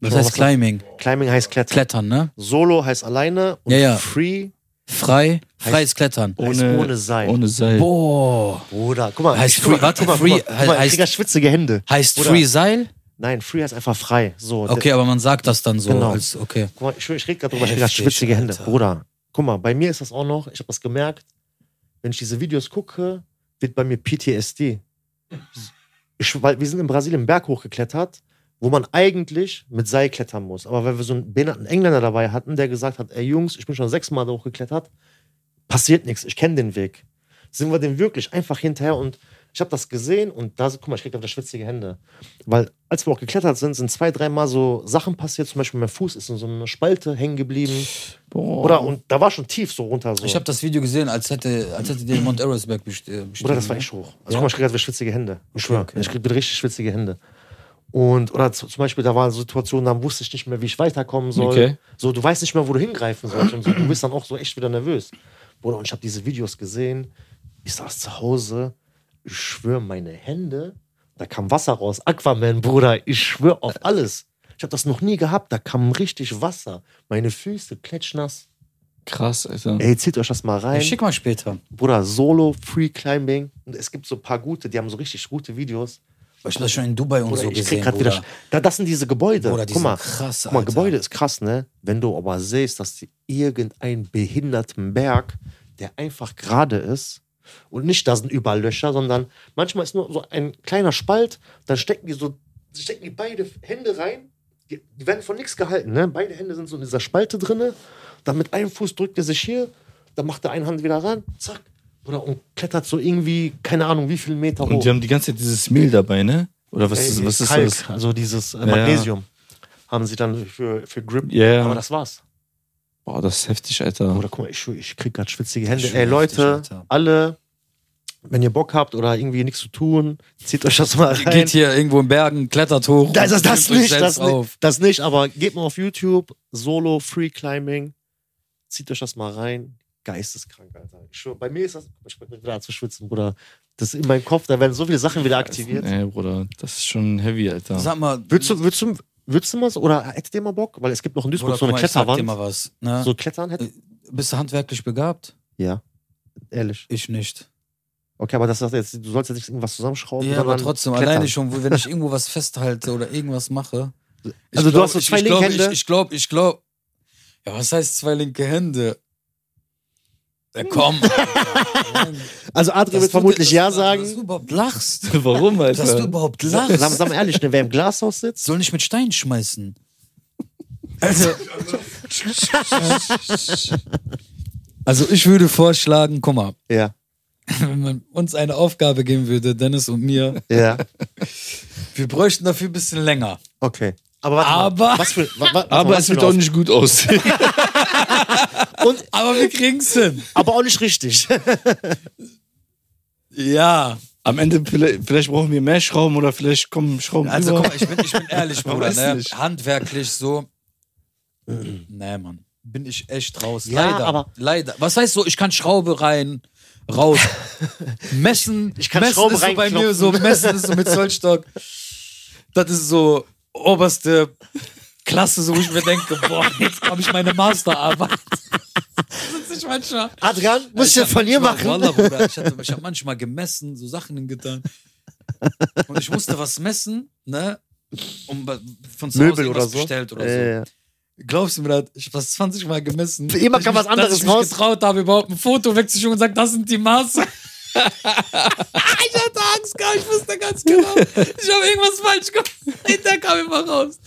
A: was heißt Climbing?
B: Climbing heißt Klettern.
A: Klettern, ne?
B: Solo heißt alleine und
A: Ja, ja.
B: Free
A: Frei, freies Klettern.
B: heißt
C: Ohne-
B: ohne Seil.
C: Ohne Seil.
A: Boah.
B: Bruder, guck mal.
A: Heißt
B: guck mal,
A: free- warte,
B: guck mal,
A: free
B: guck mal, guck mal, ich
A: heißt-
B: krieg ja schwitzige Hände.
A: Heißt
B: Bruder.
A: Free Seil?
B: Nein, Free heißt einfach frei. So,
A: Okay, aber man sagt das dann so.
B: Genau.
A: Als, okay.
B: Guck mal, ich, schwör, ich rede gerade drüber, ich krieg grad
A: Heftig,
B: schwitzige Hände.
A: Alter.
B: Bruder, guck mal, bei mir ist das auch noch, ich habe das gemerkt, wenn ich diese Videos gucke, wird bei mir PTSD. Ich, weil wir sind in Brasilien einen Berg hochgeklettert, wo man eigentlich mit Seil klettern muss. Aber weil wir so einen behinderten Engländer dabei hatten, der gesagt hat, ey Jungs, ich bin schon sechsmal da hochgeklettert, passiert nichts, ich kenne den Weg. Sind wir dem wirklich einfach hinterher und ich habe das gesehen und da, guck mal, ich krieg gerade schwitzige Hände. Weil als wir auch geklettert sind, sind zwei, dreimal so Sachen passiert. Zum Beispiel mein Fuß ist in so einer Spalte hängen geblieben.
C: Boah.
B: Oder und da war schon tief so runter. So.
A: Ich habe das Video gesehen, als hätte, als hätte der Mount Everest-Berg bestimmt.
B: Bruder, das war echt hoch. Also guck mal, ich krieg gerade schwitzige Hände. Ich schwöre,
A: okay.
B: ich krieg wieder richtig schwitzige Hände. Und, oder z- zum Beispiel, da war eine Situation, da wusste ich nicht mehr, wie ich weiterkommen soll.
C: Okay.
B: So, du weißt nicht mehr, wo du hingreifen sollst. Und so. Du bist dann auch so echt wieder nervös. Bruder, und ich habe diese Videos gesehen. Ich saß zu Hause. Ich schwöre, meine Hände. Da kam Wasser raus. Aquaman, Bruder. Ich schwöre auf alles. Ich habe das noch nie gehabt. Da kam richtig Wasser. Meine Füße klatschnass.
C: Krass, Alter.
B: Ey, zieht euch das mal rein.
A: Ich schick mal später.
B: Bruder, Solo, Free Climbing. Und es gibt so ein paar gute, die haben so richtig gute Videos.
A: Aber ich hab das schon in Dubai und
B: Bruder,
A: so
B: ich
A: gesehen,
B: krieg grad
A: Bruder.
B: wieder. Da, das sind diese Gebäude.
A: Bruder, die
B: Guck
A: sind
B: mal.
A: krass,
B: Guck mal,
A: Alter.
B: Gebäude ist krass, ne? Wenn du aber siehst, dass die irgendein behinderten Berg, der einfach gerade ist, und nicht da sind überall Löcher, sondern manchmal ist nur so ein kleiner Spalt, dann stecken die so, stecken die beide Hände rein, die, die werden von nichts gehalten, ne? Beide Hände sind so in dieser Spalte drinne, dann mit einem Fuß drückt er sich hier, dann macht er eine Hand wieder ran, zack, oder und klettert so irgendwie, keine Ahnung, wie viel Meter hoch.
C: Und die haben die ganze Zeit dieses Mehl dabei, ne? Oder was
B: Ey,
C: ist, was ist
B: Kalk,
C: das?
B: Also dieses äh,
C: ja.
B: Magnesium haben sie dann für, für Grip.
C: Ja, ja.
B: Aber das war's.
C: Boah, das ist heftig, Alter.
B: Oder guck mal, ich, schwöre, ich krieg grad schwitzige Hände.
A: schwöre
B: Ey,
A: auf
B: Leute,
A: dich, Alter.
B: alle, wenn ihr Bock habt oder irgendwie nichts zu tun, zieht euch das mal rein.
A: Geht hier irgendwo in Bergen, klettert hoch.
B: das, das,
A: und
B: das,
A: nimmt euch
B: nicht,
A: selbst
B: das,
A: auf.
B: nicht, das nicht, aber geht mal auf YouTube, Solo, Free Climbing, zieht euch das mal rein. Geisteskrank, Alter. Ich schwöre, bei mir ist das, ich bin wieder an zu schwitzen, Bruder. Das ist in meinem Kopf, da werden so viele Sachen wieder aktiviert.
C: Ey, Bruder, das ist schon heavy, Alter.
A: Sag mal,
B: Würdest du, würdest du, würdest du mal so, oder hättet ihr mal Bock? Weil es gibt noch in
A: Bruder,
B: Duisburg so
A: guck mal,
B: eine
A: ich sag dir
B: Kletterwand.
A: mal was. Ne?
B: So klettern hätte.
A: Bist du handwerklich begabt?
B: Ja.
A: Äh.
B: Ehrlich.
A: Ich nicht.
B: Okay, aber das ist jetzt, du sollst jetzt nicht irgendwas zusammenschrauben.
A: Ja, aber
B: sondern
A: trotzdem,
B: klettern.
A: alleine schon, wo- wenn ich irgendwo was festhalte oder irgendwas mache. Ich
B: Also du
A: glaub,
B: hast so
A: ich-
B: zwei
A: ich
B: linke
A: glaub,
B: Hände?
A: Ich, ich glaube, ich glaube. Ja, was heißt zwei linke Hände? Ja, komm.
B: Also Adrian
A: Dass
B: wird
A: du-
B: vermutlich
A: dass-
B: ja
A: Dass du
B: sagen.
A: überhaupt lachst.
C: Warum, Alter?
A: Dass du überhaupt
B: Sag
A: lachst.
B: sag mal ehrlich, ne, wer im Glashaus sitzt,
A: Soll nicht mit Steinen schmeißen. Also, also ich würde vorschlagen, guck mal,
B: ja,
A: wenn man uns eine Aufgabe geben würde, Dennis und mir,
B: ja,
A: wir bräuchten dafür ein bisschen länger. Also,
B: okay. Aber warte mal,
A: Aber-
B: was für, wa, wa, warte mal,
C: Aber
B: was
C: es
B: für
C: wird
B: eine
C: auch nicht gut aussehen.
B: Auf- Und,
A: Aber wir kriegen's hin.
B: aber auch nicht richtig.
A: Ja.
C: Am Ende, vielleicht, vielleicht brauchen wir mehr Schrauben oder vielleicht kommen Schrauben.
A: Also
C: rüber.
A: guck mal, ich bin, ich bin ehrlich,
C: Man
A: Bruder.
C: weiß
A: Ne?
C: nicht.
A: Handwerklich so. nee, Mann. Bin ich echt raus.
B: Ja,
A: Leider.
B: aber-
A: Leider. Was heißt so, ich kann Schraube rein, raus. messen.
B: Ich kann
A: messen
B: Schraube
A: ist so bei mir so,
B: reinklopfen.
A: messen ist so mit Zollstock. Das ist so oberste Klasse, so wo ich mir denke, boah, jetzt habe ich meine Masterarbeit. Das ist nicht manchmal.
B: Adrian, muss ich
A: Ja,
B: jetzt von dir
A: manchmal-
B: machen?
A: Wallah, Bruder, ich hatte- ich habe manchmal gemessen, so Sachen getan. Und ich musste was messen, ne? Um ba- von zu Hause
B: Möbel
A: irgendwas
B: oder so.
A: bestellt oder
B: Äh,
A: so. Glaubst du mir das? Ich habe das 20 Mal gemessen.
B: Immer
A: dass
B: kam
A: ich
B: was
A: mich-
B: anderes
A: dass ich mich
B: raus.
A: getraut habe, überhaupt ein Foto wegzuschicken und sagt, das sind die Maße. ich hatte Angst gehabt, ich wusste ganz genau. Ich habe irgendwas falsch gemacht. Hinterher kam immer raus.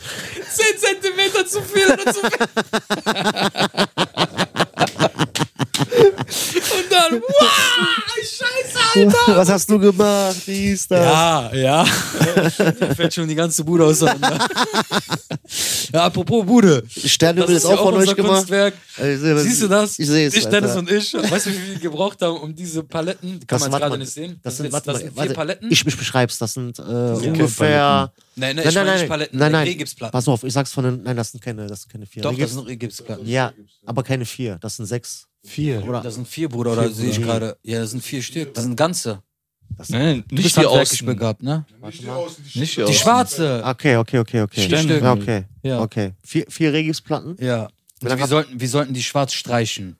A: 10 Zentimeter zu viel oder zu viel. und dann, wow, scheiße, Alter.
B: Was hast du gemacht? Wie ist das?
A: Ja, ja. Mir fällt schon die ganze Bude auseinander. ja, apropos Bude.
B: Sternenbild ist
A: ja
B: auch von
A: unser
B: euch gemacht.
A: Kunstwerk.
B: Also,
A: Siehst du das?
B: Ich sehe es.
A: Ich,
B: Alter.
A: Dennis und ich. Weißt du, wie viel wir gebraucht haben, um diese Paletten? Die kann
B: Das-
A: man jetzt
B: warte
A: gerade
B: mal,
A: nicht sehen.
B: Das sind,
A: jetzt-
B: warte
A: das
B: mal,
A: sind vier
B: warte,
A: Paletten.
B: Ich, ich beschreib's, das sind äh, ungefähr.
C: Paletten.
A: nein, nein,
B: Nein,
A: ich
B: nein,
A: meine
B: nein,
A: nicht Paletten.
B: nein, nein.
A: Regipsplatten.
B: Pass auf, ich sag's von den. Nein, das sind keine, das sind keine vier.
A: Doch,
B: Hier
A: das
B: gibt's-
A: sind Regipsplatten.
B: ja, aber keine vier, das sind sechs.
C: Vier.
B: Oder
A: Das sind vier, Bruder, oder sehe ich gerade. Ja, das sind vier Stück. Das sind ganze.
C: Nein,
A: Du
C: nicht
A: bist
C: hier
A: handwerklich
C: außen.
A: begabt, ne?
D: Nicht die außen, die,
C: Nicht die
A: Die
C: außen.
A: schwarze.
B: Okay, okay, okay, okay.
A: Vier Stück.
B: Ja, okay,
A: Ja.
B: okay. Vier, vier Regipsplatten?
A: Ja. Und wir sollten, wir sollten die schwarz streichen.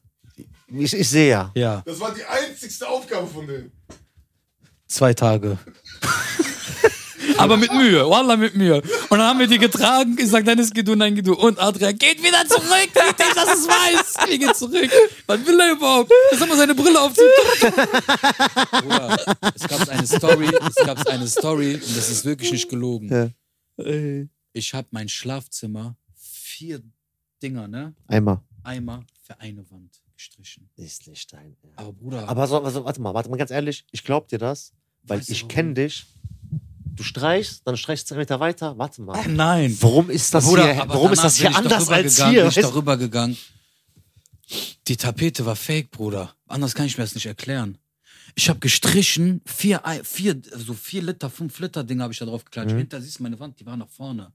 B: Ich, ich sehe ja.
A: Ja.
D: Das war die einzigste Aufgabe von denen.
A: Zwei Tage. Aber mit Mühe, Wallah mit Mühe. Und dann haben wir die getragen. Ich sag, Dennis, geh du, nein, geh du. Und Adrian, geht wieder zurück, geht nicht, dass es weiß. Wir gehen zurück. Was will er überhaupt? Jetzt haben wir seine Brille aufziehen. Bruder, es gab eine Story, es gab eine Story, und das ist wirklich nicht gelogen.
B: Ja.
A: Ich habe mein Schlafzimmer vier Dinger, ne?
B: Einmal.
A: Eimer für eine Wand gestrichen.
B: Ist nicht dein. Ernst.
A: Aber Bruder,
B: Aber so, also, warte mal, warte mal, ganz ehrlich, ich glaub dir das, weil
A: Weißt du,
B: ich
A: warum?
B: kenne dich. Du streichst, dann streichst du zwei Meter weiter. Warte mal.
A: nein.
B: Warum ist das
A: Ähm, Bruder,
B: hier,
A: aber
B: warum ist
A: danach
B: das hier
A: bin ich
B: anders
A: darüber
B: als
A: gegangen,
B: hier?
A: Bin ich
B: Weißt du?
A: darüber gegangen. Die Tapete war fake, Bruder. Anders kann ich mir das nicht erklären. Ich habe gestrichen, vier, Ei- vier, so vier Liter, fünf Liter Dinge habe ich da drauf geklatscht.
B: Mhm.
A: Hinter siehst du meine Wand, die war nach vorne.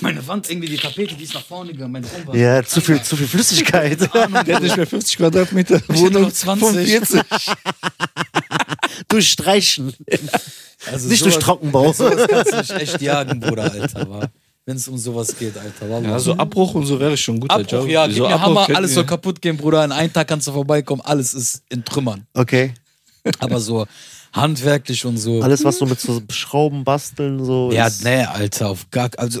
A: Meine Wand, irgendwie die Tapete, die ist nach vorne gegangen. Mein Raum war
B: Ja, zu viel, zu viel Flüssigkeit.
A: Ahnung,
C: Der hat nicht mehr 50 Quadratmeter
A: hätte
C: Wohnung
A: noch 20.
C: von 40.
B: durch Streichen.
A: also
B: Nicht durch
A: sowas,
B: Trockenbau.
A: sowas kannst du mich echt jagen, Bruder, Alter. Wenn es um sowas geht, Alter. Wallah.
C: Ja, so Abbruch und so wäre schon gut.
A: Mhm. Abbruch,
C: Alter.
A: ja, gib
C: so
A: mir Hammer,
C: hätten
A: alles
C: wir-
A: soll kaputt gehen, Bruder. In einem Tag kannst du vorbeikommen, alles ist in Trümmern.
B: Okay.
A: Aber so handwerklich und so.
B: Alles, was so mit so Schrauben basteln, so.
A: ja,
B: ist,
A: nee, Alter, auf gar also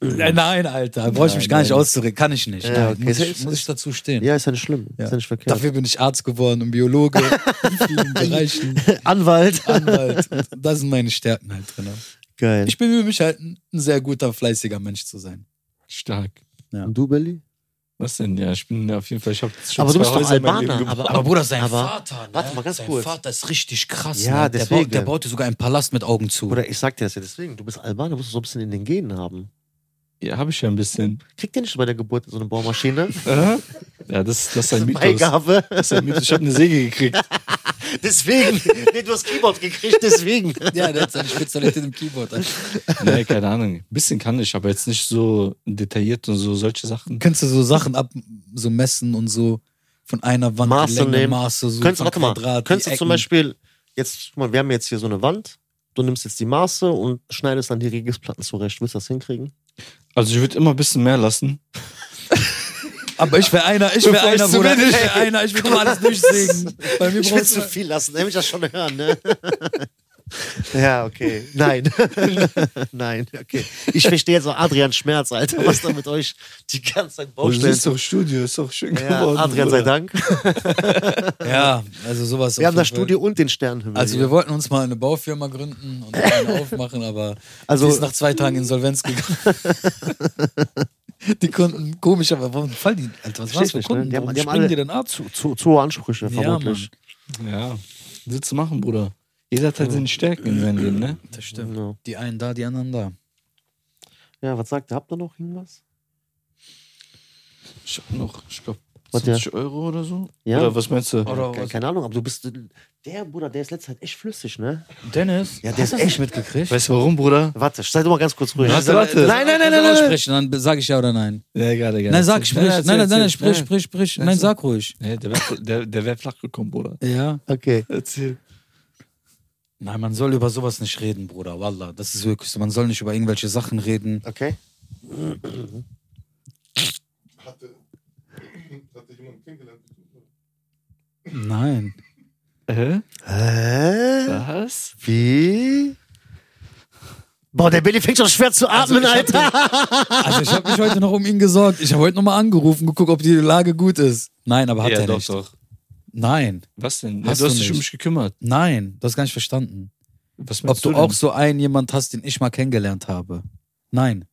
A: äh, nein, Alter, brauche ich mich gar nicht auszureden, kann ich nicht. Nein,
B: Ja, okay.
A: muss,
B: Es
A: ich,
B: ist-
A: muss ich dazu stehen.
B: ja, ist ja nicht schlimm. Ist ja nicht verkehrt.
A: Dafür bin ich Arzt geworden und Biologe in vielen Bereichen,
B: Anwalt.
A: Anwalt. Da sind meine Stärken halt drin.
B: Geil.
A: Ich bemühe mich halt, ein sehr guter, fleißiger Mensch zu sein.
C: Stark.
B: Und du, Belly?
C: Was denn? Ja, ich bin auf jeden Fall. Ich habe schon
B: Aber du
C: zwei
B: bist doch
C: Häuser in meinem
B: Albaner,
C: Leben gebaut.
B: aber-
A: Aber Bruder, sein
B: aber-
A: Vater, ne?
B: warte mal ganz
A: sein
B: kurz.
A: Vater ist richtig krass.
B: Ja,
A: ne? der,
B: deswegen.
A: baut, der baute sogar einen Palast mit Augen zu.
B: Oder ich sag dir das ja deswegen. Du bist Albaner, musst du so ein bisschen in den Genen haben.
C: Ja, habe ich ja ein bisschen.
B: Kriegt ihr nicht bei der Geburt so eine Bohrmaschine?
C: Aha. ja, das, das ist ein Mythos. Das
B: Beigabe.
C: ist ein Mythos. Ich habe eine Säge gekriegt.
B: Deswegen. Nee, du hast Keyboard gekriegt, deswegen.
A: ja, der hat seine Spezialität im Keyboard.
C: Nee, keine Ahnung. Ein bisschen kann ich, aber jetzt nicht so detailliert und so solche Sachen.
A: Kannst du so Sachen ab, so messen und so von einer Wand
B: Maße
A: die Länge,
B: nehmen.
A: Maße, so
B: könntest,
A: vom
B: warte mal,
A: Quadrat, die
B: könntest du zum
A: Ecken.
B: Beispiel, jetzt, guck mal, wir haben jetzt hier so eine Wand. Du nimmst jetzt die Maße und schneidest dann die Regelsplatten zurecht. Willst du das hinkriegen?
C: Also ich würde immer ein bisschen mehr lassen.
A: Aber ich wäre einer, ich wäre
C: Bevor ich
A: einer,
C: zu
A: Bruder,
C: wenig-
A: ich wäre einer, ich will immer alles durchsägen. Bei mir
B: Ich will
A: brauchst
B: zu
A: du...
B: viel lassen, damit ich das schon hören, ne? Ja, okay. Nein. Nein, okay. Ich verstehe jetzt auch Adrian Schmerz, Alter, was da mit euch die ganze Zeit Baustellen
C: doch Studio, ist doch schön
B: Ja, Adrian sei Dank.
A: Ja, also sowas.
B: Wir
A: auf jeden
B: haben das
A: Fall.
B: Studio und den Sternenhimmel.
A: Also
B: hier.
A: wir wollten uns mal eine Baufirma gründen und eine aufmachen, aber
B: Also-
A: die ist nach zwei Tagen Insolvenz gegangen. die Kunden, komisch, aber warum fallen die, Alter, was waren
B: Verstehst
A: für
B: nicht, ne?
A: Kunden?
B: Die haben-
A: Warum
B: die haben
A: springen
B: alle-
A: die denn ab?
B: zu, zu, zu hohe Ansprüche,
A: Ja,
B: vermutlich.
C: Ja, willst du machen, Bruder? Jeder hat halt seine Stärken in seinem Leben, ne?
A: Das
B: Ja,
A: stimmt. Die einen da, die anderen da.
B: Genau. ja, was sagt ihr? Habt ihr noch irgendwas?
C: Ich hab noch, ich glaube,
B: Was, ja?
C: 20 Euro oder so.
B: Ja.
C: Oder was meinst du?
A: Oder
B: Keine,
A: was?
B: keine Ahnung, aber du bist. Der Bruder, der ist letzte Zeit echt flüssig, ne?
A: Dennis?
B: Ja, der
A: hast
B: ist
A: du das
B: echt-
A: nicht mitgekriegt.
C: Weißt du warum, Bruder?
B: Warte, sei doch mal ganz kurz ruhig.
C: Warte, warte.
B: Nein, nein, nein,
A: Kannst du
B: nein, nein.
A: aussprechen, dann sag ich ja oder nein.
C: Ja, egal, egal.
A: nein, sag, sprich.
C: Ja, erzähl,
A: nein, nein, nein,
C: erzähl.
A: sprich,
C: Ja.
A: sprich, sprich. Nein, sag ruhig.
C: Nee, der wäre der, der wär flach gekommen, Bruder.
A: Ja.
B: Okay.
C: Erzähl.
A: Nein, man soll über sowas nicht reden, Bruder. Wallah, das ist wirklich so. Man soll nicht über irgendwelche Sachen reden.
B: Okay.
D: Hatte, hatte jemand kennengelernt?
A: Nein.
C: Hä?
B: Hä?
C: Was?
B: Wie? Boah, der Billy fängt schon schwer zu atmen, Alter.
A: Also ich habe mich heute noch um ihn gesorgt. Ich habe heute nochmal angerufen, geguckt, ob die Lage gut ist. Nein, aber hat
C: ja,
A: er
C: doch,
A: nicht.
C: doch.
A: Nein,
C: Was denn?
A: Hast
C: ja, du hast
A: du
C: dich um
A: nicht.
C: mich gekümmert.
A: nein, du hast gar nicht verstanden.
C: Was
A: Ob
C: meinst
A: du
C: du denn?
A: auch so einen jemand hast, den ich mal kennengelernt habe. Nein.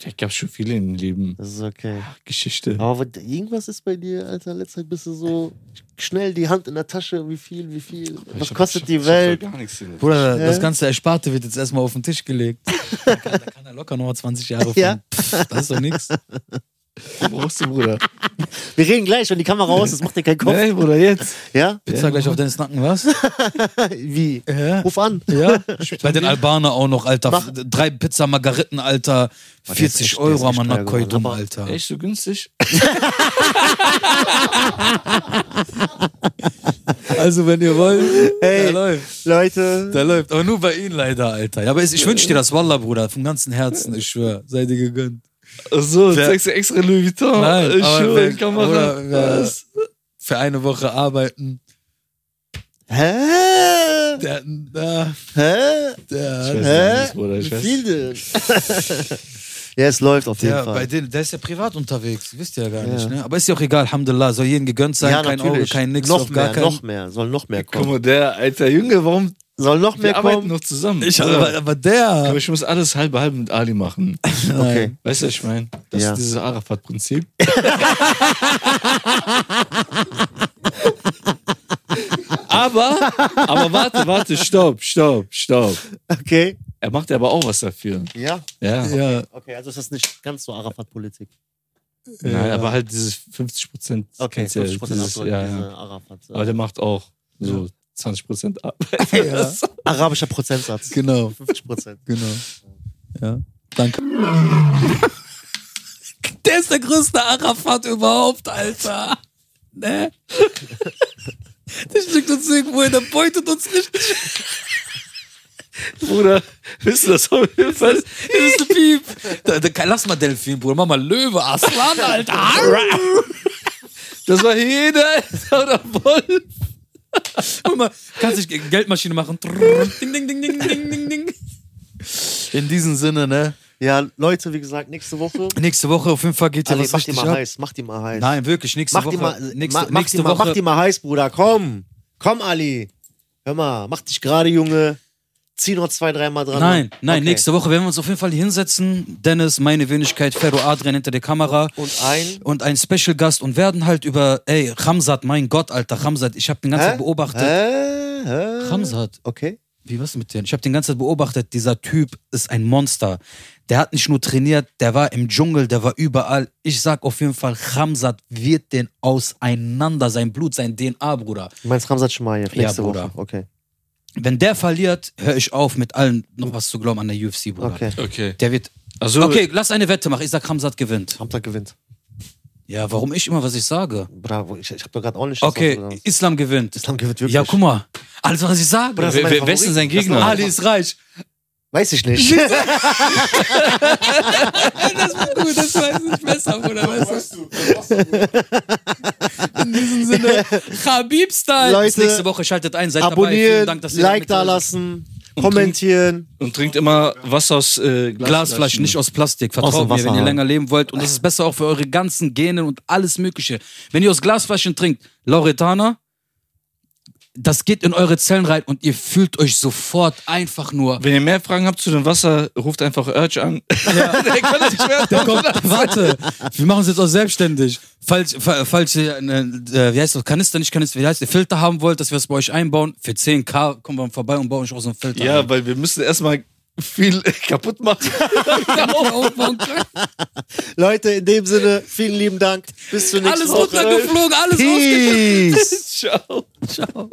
C: Ja, gab schon viele im Leben.
B: Das ist okay.
C: Geschichte.
B: Aber was- irgendwas ist bei dir, Alter. Letzte Zeit bist du so schnell die Hand in der Tasche. Wie viel, wie viel?
C: Ich
B: Was
C: hab-
B: kostet
C: ich hab-
B: die
C: ich hab
B: Welt?
C: doch Gar nichts hier.
A: Bruder,
B: Äh?
A: das ganze Ersparte wird jetzt erstmal auf den Tisch gelegt. Da kann, da kann er locker nochmal 20 Jahre von.
B: Ja.
A: Pff, das ist doch nichts.
C: Was brauchst du, Bruder?
B: Wir reden gleich, wenn die Kamera aus ist, macht dir keinen Kopf.
C: Nee, Bruder, jetzt.
B: Ja?
A: Pizza gleich auf Dennis Nacken, was?
B: Wie?
A: Ja.
B: Ruf an.
A: Ja, bei den Albanern auch noch, Alter.
B: Mach-
A: Drei Pizza Margariten, Alter.
B: der ist
A: 40
B: echt- der ist
A: Euro am
B: echt teuer geworden,
A: Anakoidum,
B: aber-
A: Alter.
C: Echt so günstig?
A: Also, wenn ihr wollt,
B: Ey.
A: da läuft.
B: Leute.
A: Da läuft. Aber nur bei Ihnen leider, Alter. Ja, aber ich, ich wünsche dir das, Wallah, Bruder. Vom ganzen Herzen, ich schwöre. Sei dir gegönnt.
C: Ach so,
A: Ja.
C: zeigst du extra Louis Vuitton.
A: Nein,
C: ich
A: aber
C: schwöre,
A: wenn-
C: Kamera.
A: Bruder, wer-
C: Was?
A: Für eine Woche arbeiten.
B: Hä?
A: Der, der,
B: Hä?
A: der,
C: Ich weiß
B: Hä?
C: nicht, Bruder, ich
B: Wie
C: weiß.
B: viel denn? ja, es läuft auf jeden
A: der, bei
B: Fall.
A: dem, der ist ja privat unterwegs, wisst ihr ja gar
B: Ja.
A: nicht, ne? Aber ist ja auch egal, Alhamdulillah, soll jedem gegönnt sein,
B: ja,
A: kein Auge,
B: natürlich.
A: kein Nix,
B: noch
A: auf gar
B: mehr,
A: keinen.
B: noch mehr, soll noch mehr
C: Guck
B: kommen.
C: mal, der alter Junge, warum?
B: Soll noch
C: Wir
B: mehr
C: arbeiten
B: kommen?
C: noch zusammen.
A: Ich, aber,
C: Bruder.
A: aber der,
C: aber ich muss alles halbe halbe mit Ali machen.
B: Okay.
C: Weißt du, was ich meine? Das
B: Ja.
C: ist dieses Arafat-Prinzip. aber, aber warte, warte, stopp, stopp, stopp.
B: Okay.
C: Er macht aber auch was dafür.
B: Ja.
C: Ja.
A: ja,
B: Okay, also ist das nicht ganz so Arafat-Politik.
C: Nein, aber halt dieses 50 Prozent.
B: Okay, 50 Prozent
C: dieses,
B: Abdruck,
C: ja, ja.
B: diese Arafat.
C: Aber der macht auch so 20 Prozent ab.
A: ja,
B: äh, Arabischer Prozentsatz.
A: genau,
B: 50 Prozent.
A: genau. Ja, danke. Der ist der größte Arafat überhaupt, Alter. Ne? Der schickt uns irgendwo hin, der beutet uns richtig.
C: Bruder, wisst ihr das? Was?
A: Hier ist ein Piep. Da, da, lass mal Delfin, Bruder, mach mal Löwe, Aslan, Alter.
C: Das war jeder oder Wolf.
A: Guck mal, kannst dich Geldmaschine machen. Trrr, Ding, ding, ding, ding, ding, ding, ding. In diesem Sinne, ne?
B: Ja, Leute, wie gesagt, nächste Woche.
A: Nächste Woche auf jeden Fall geht ja
B: Ali,
A: was
B: mach die
A: richtig
B: mal
A: ab.
B: heiß, mach die mal heiß.
A: Nein, wirklich, nächste
B: mach
A: Woche.
B: die mal,
A: nächste,
B: ma, mach,
A: nächste
B: die mal,
A: Woche.
B: mach die mal heiß, Bruder, komm. Komm, Ali. Hör mal, mach dich gerade, Junge. Zieh noch zwei, dreimal dran.
A: Nein, nein,
B: Okay.
A: nächste Woche werden wir uns auf jeden Fall hinsetzen. Dennis, meine Wenigkeit, Ferro Adrian hinter der Kamera.
B: Und ein.
A: und ein Special Gast und werden halt über, ey, Ramsat, mein Gott, Alter, Ramsat, ich habe den ganzen Zeit beobachtet.
B: Hä? Hä?
A: Ramsat,
B: Okay.
A: wie was mit dir? Ich habe den ganzen Zeit beobachtet, dieser Typ ist ein Monster. Der hat nicht nur trainiert, der war im Dschungel, der war überall. Ich sag auf jeden Fall, Ramsat wird den auseinander, sein Blut, sein DNA, Bruder.
B: Du meinst Ramsat Schmayev
A: Ja,
B: nächste
A: Bruder.
B: Woche. Okay.
A: Wenn der verliert, höre ich auf, mit allen noch was zu glauben an der UFC, Bruder.
B: Okay.
C: Okay.
A: Der wird.
C: Also,
A: okay, lass eine Wette machen. Ich sag, Ramsat gewinnt.
B: Ramsat gewinnt.
A: Ja, warum ich immer, was ich sage?
B: Bravo. Ich, ich hab doch gerade ordentlich.
A: Okay,
B: Das gesagt.
A: Islam gewinnt.
B: Islam gewinnt wirklich.
A: Ja, guck mal. Alles, was ich sage.
B: Bruder, das ist
C: Wer-
B: mein
C: wer- wer ist denn sein
B: Favorit.
C: Gegner?
B: Das
A: Ali
B: ist
A: ist reich.
B: mein- Weiß ich nicht.
A: Das war gut, das war jetzt nicht besser, Bruder.
D: Das weißt du. Das machst du, Bruder.
A: In diesem Sinne, Habib Style.
B: Leute,
A: Bis nächste Woche, schaltet ein, seid dabei.
B: Abonnieren,
A: Vielen Dank, dass ihr
B: Like
A: mit dabei
B: da lassen, kommentieren.
C: und trinkt immer Wasser aus äh,
A: seid. Glasflaschen, nicht aus Plastik.
B: Aus
A: Vertraut
B: dem
A: mir, wenn
B: Wasser,
A: ihr
B: ja.
A: länger leben wollt. Und das ist besser auch für eure ganzen Gene und alles Mögliche. Wenn ihr aus Glasflaschen trinkt, Lauretana, das geht in eure Zellen rein und ihr fühlt euch sofort einfach nur.
C: Wenn ihr mehr Fragen habt zu dem Wasser, ruft einfach Urge an. Ja. Der kann das nicht mehr.
A: Der kommt, warte, wir machen es jetzt auch selbstständig. Falls, fa- falls ihr, eine, äh, wie heißt das, Kanister, nicht Kanister, wie heißt der, Filter haben wollt, dass wir es bei euch einbauen, für 10k kommen wir vorbei und bauen euch auch so einen Filter
C: Ja,
A: ein.
C: weil wir müssen erstmal viel kaputt machen.
B: Leute, in dem Sinne, vielen lieben Dank. Bis zur nächsten
A: Alles
B: Woche.
A: runtergeflogen, alles ausgeschüttet.
B: Peace.
C: Ciao.
A: Ciao.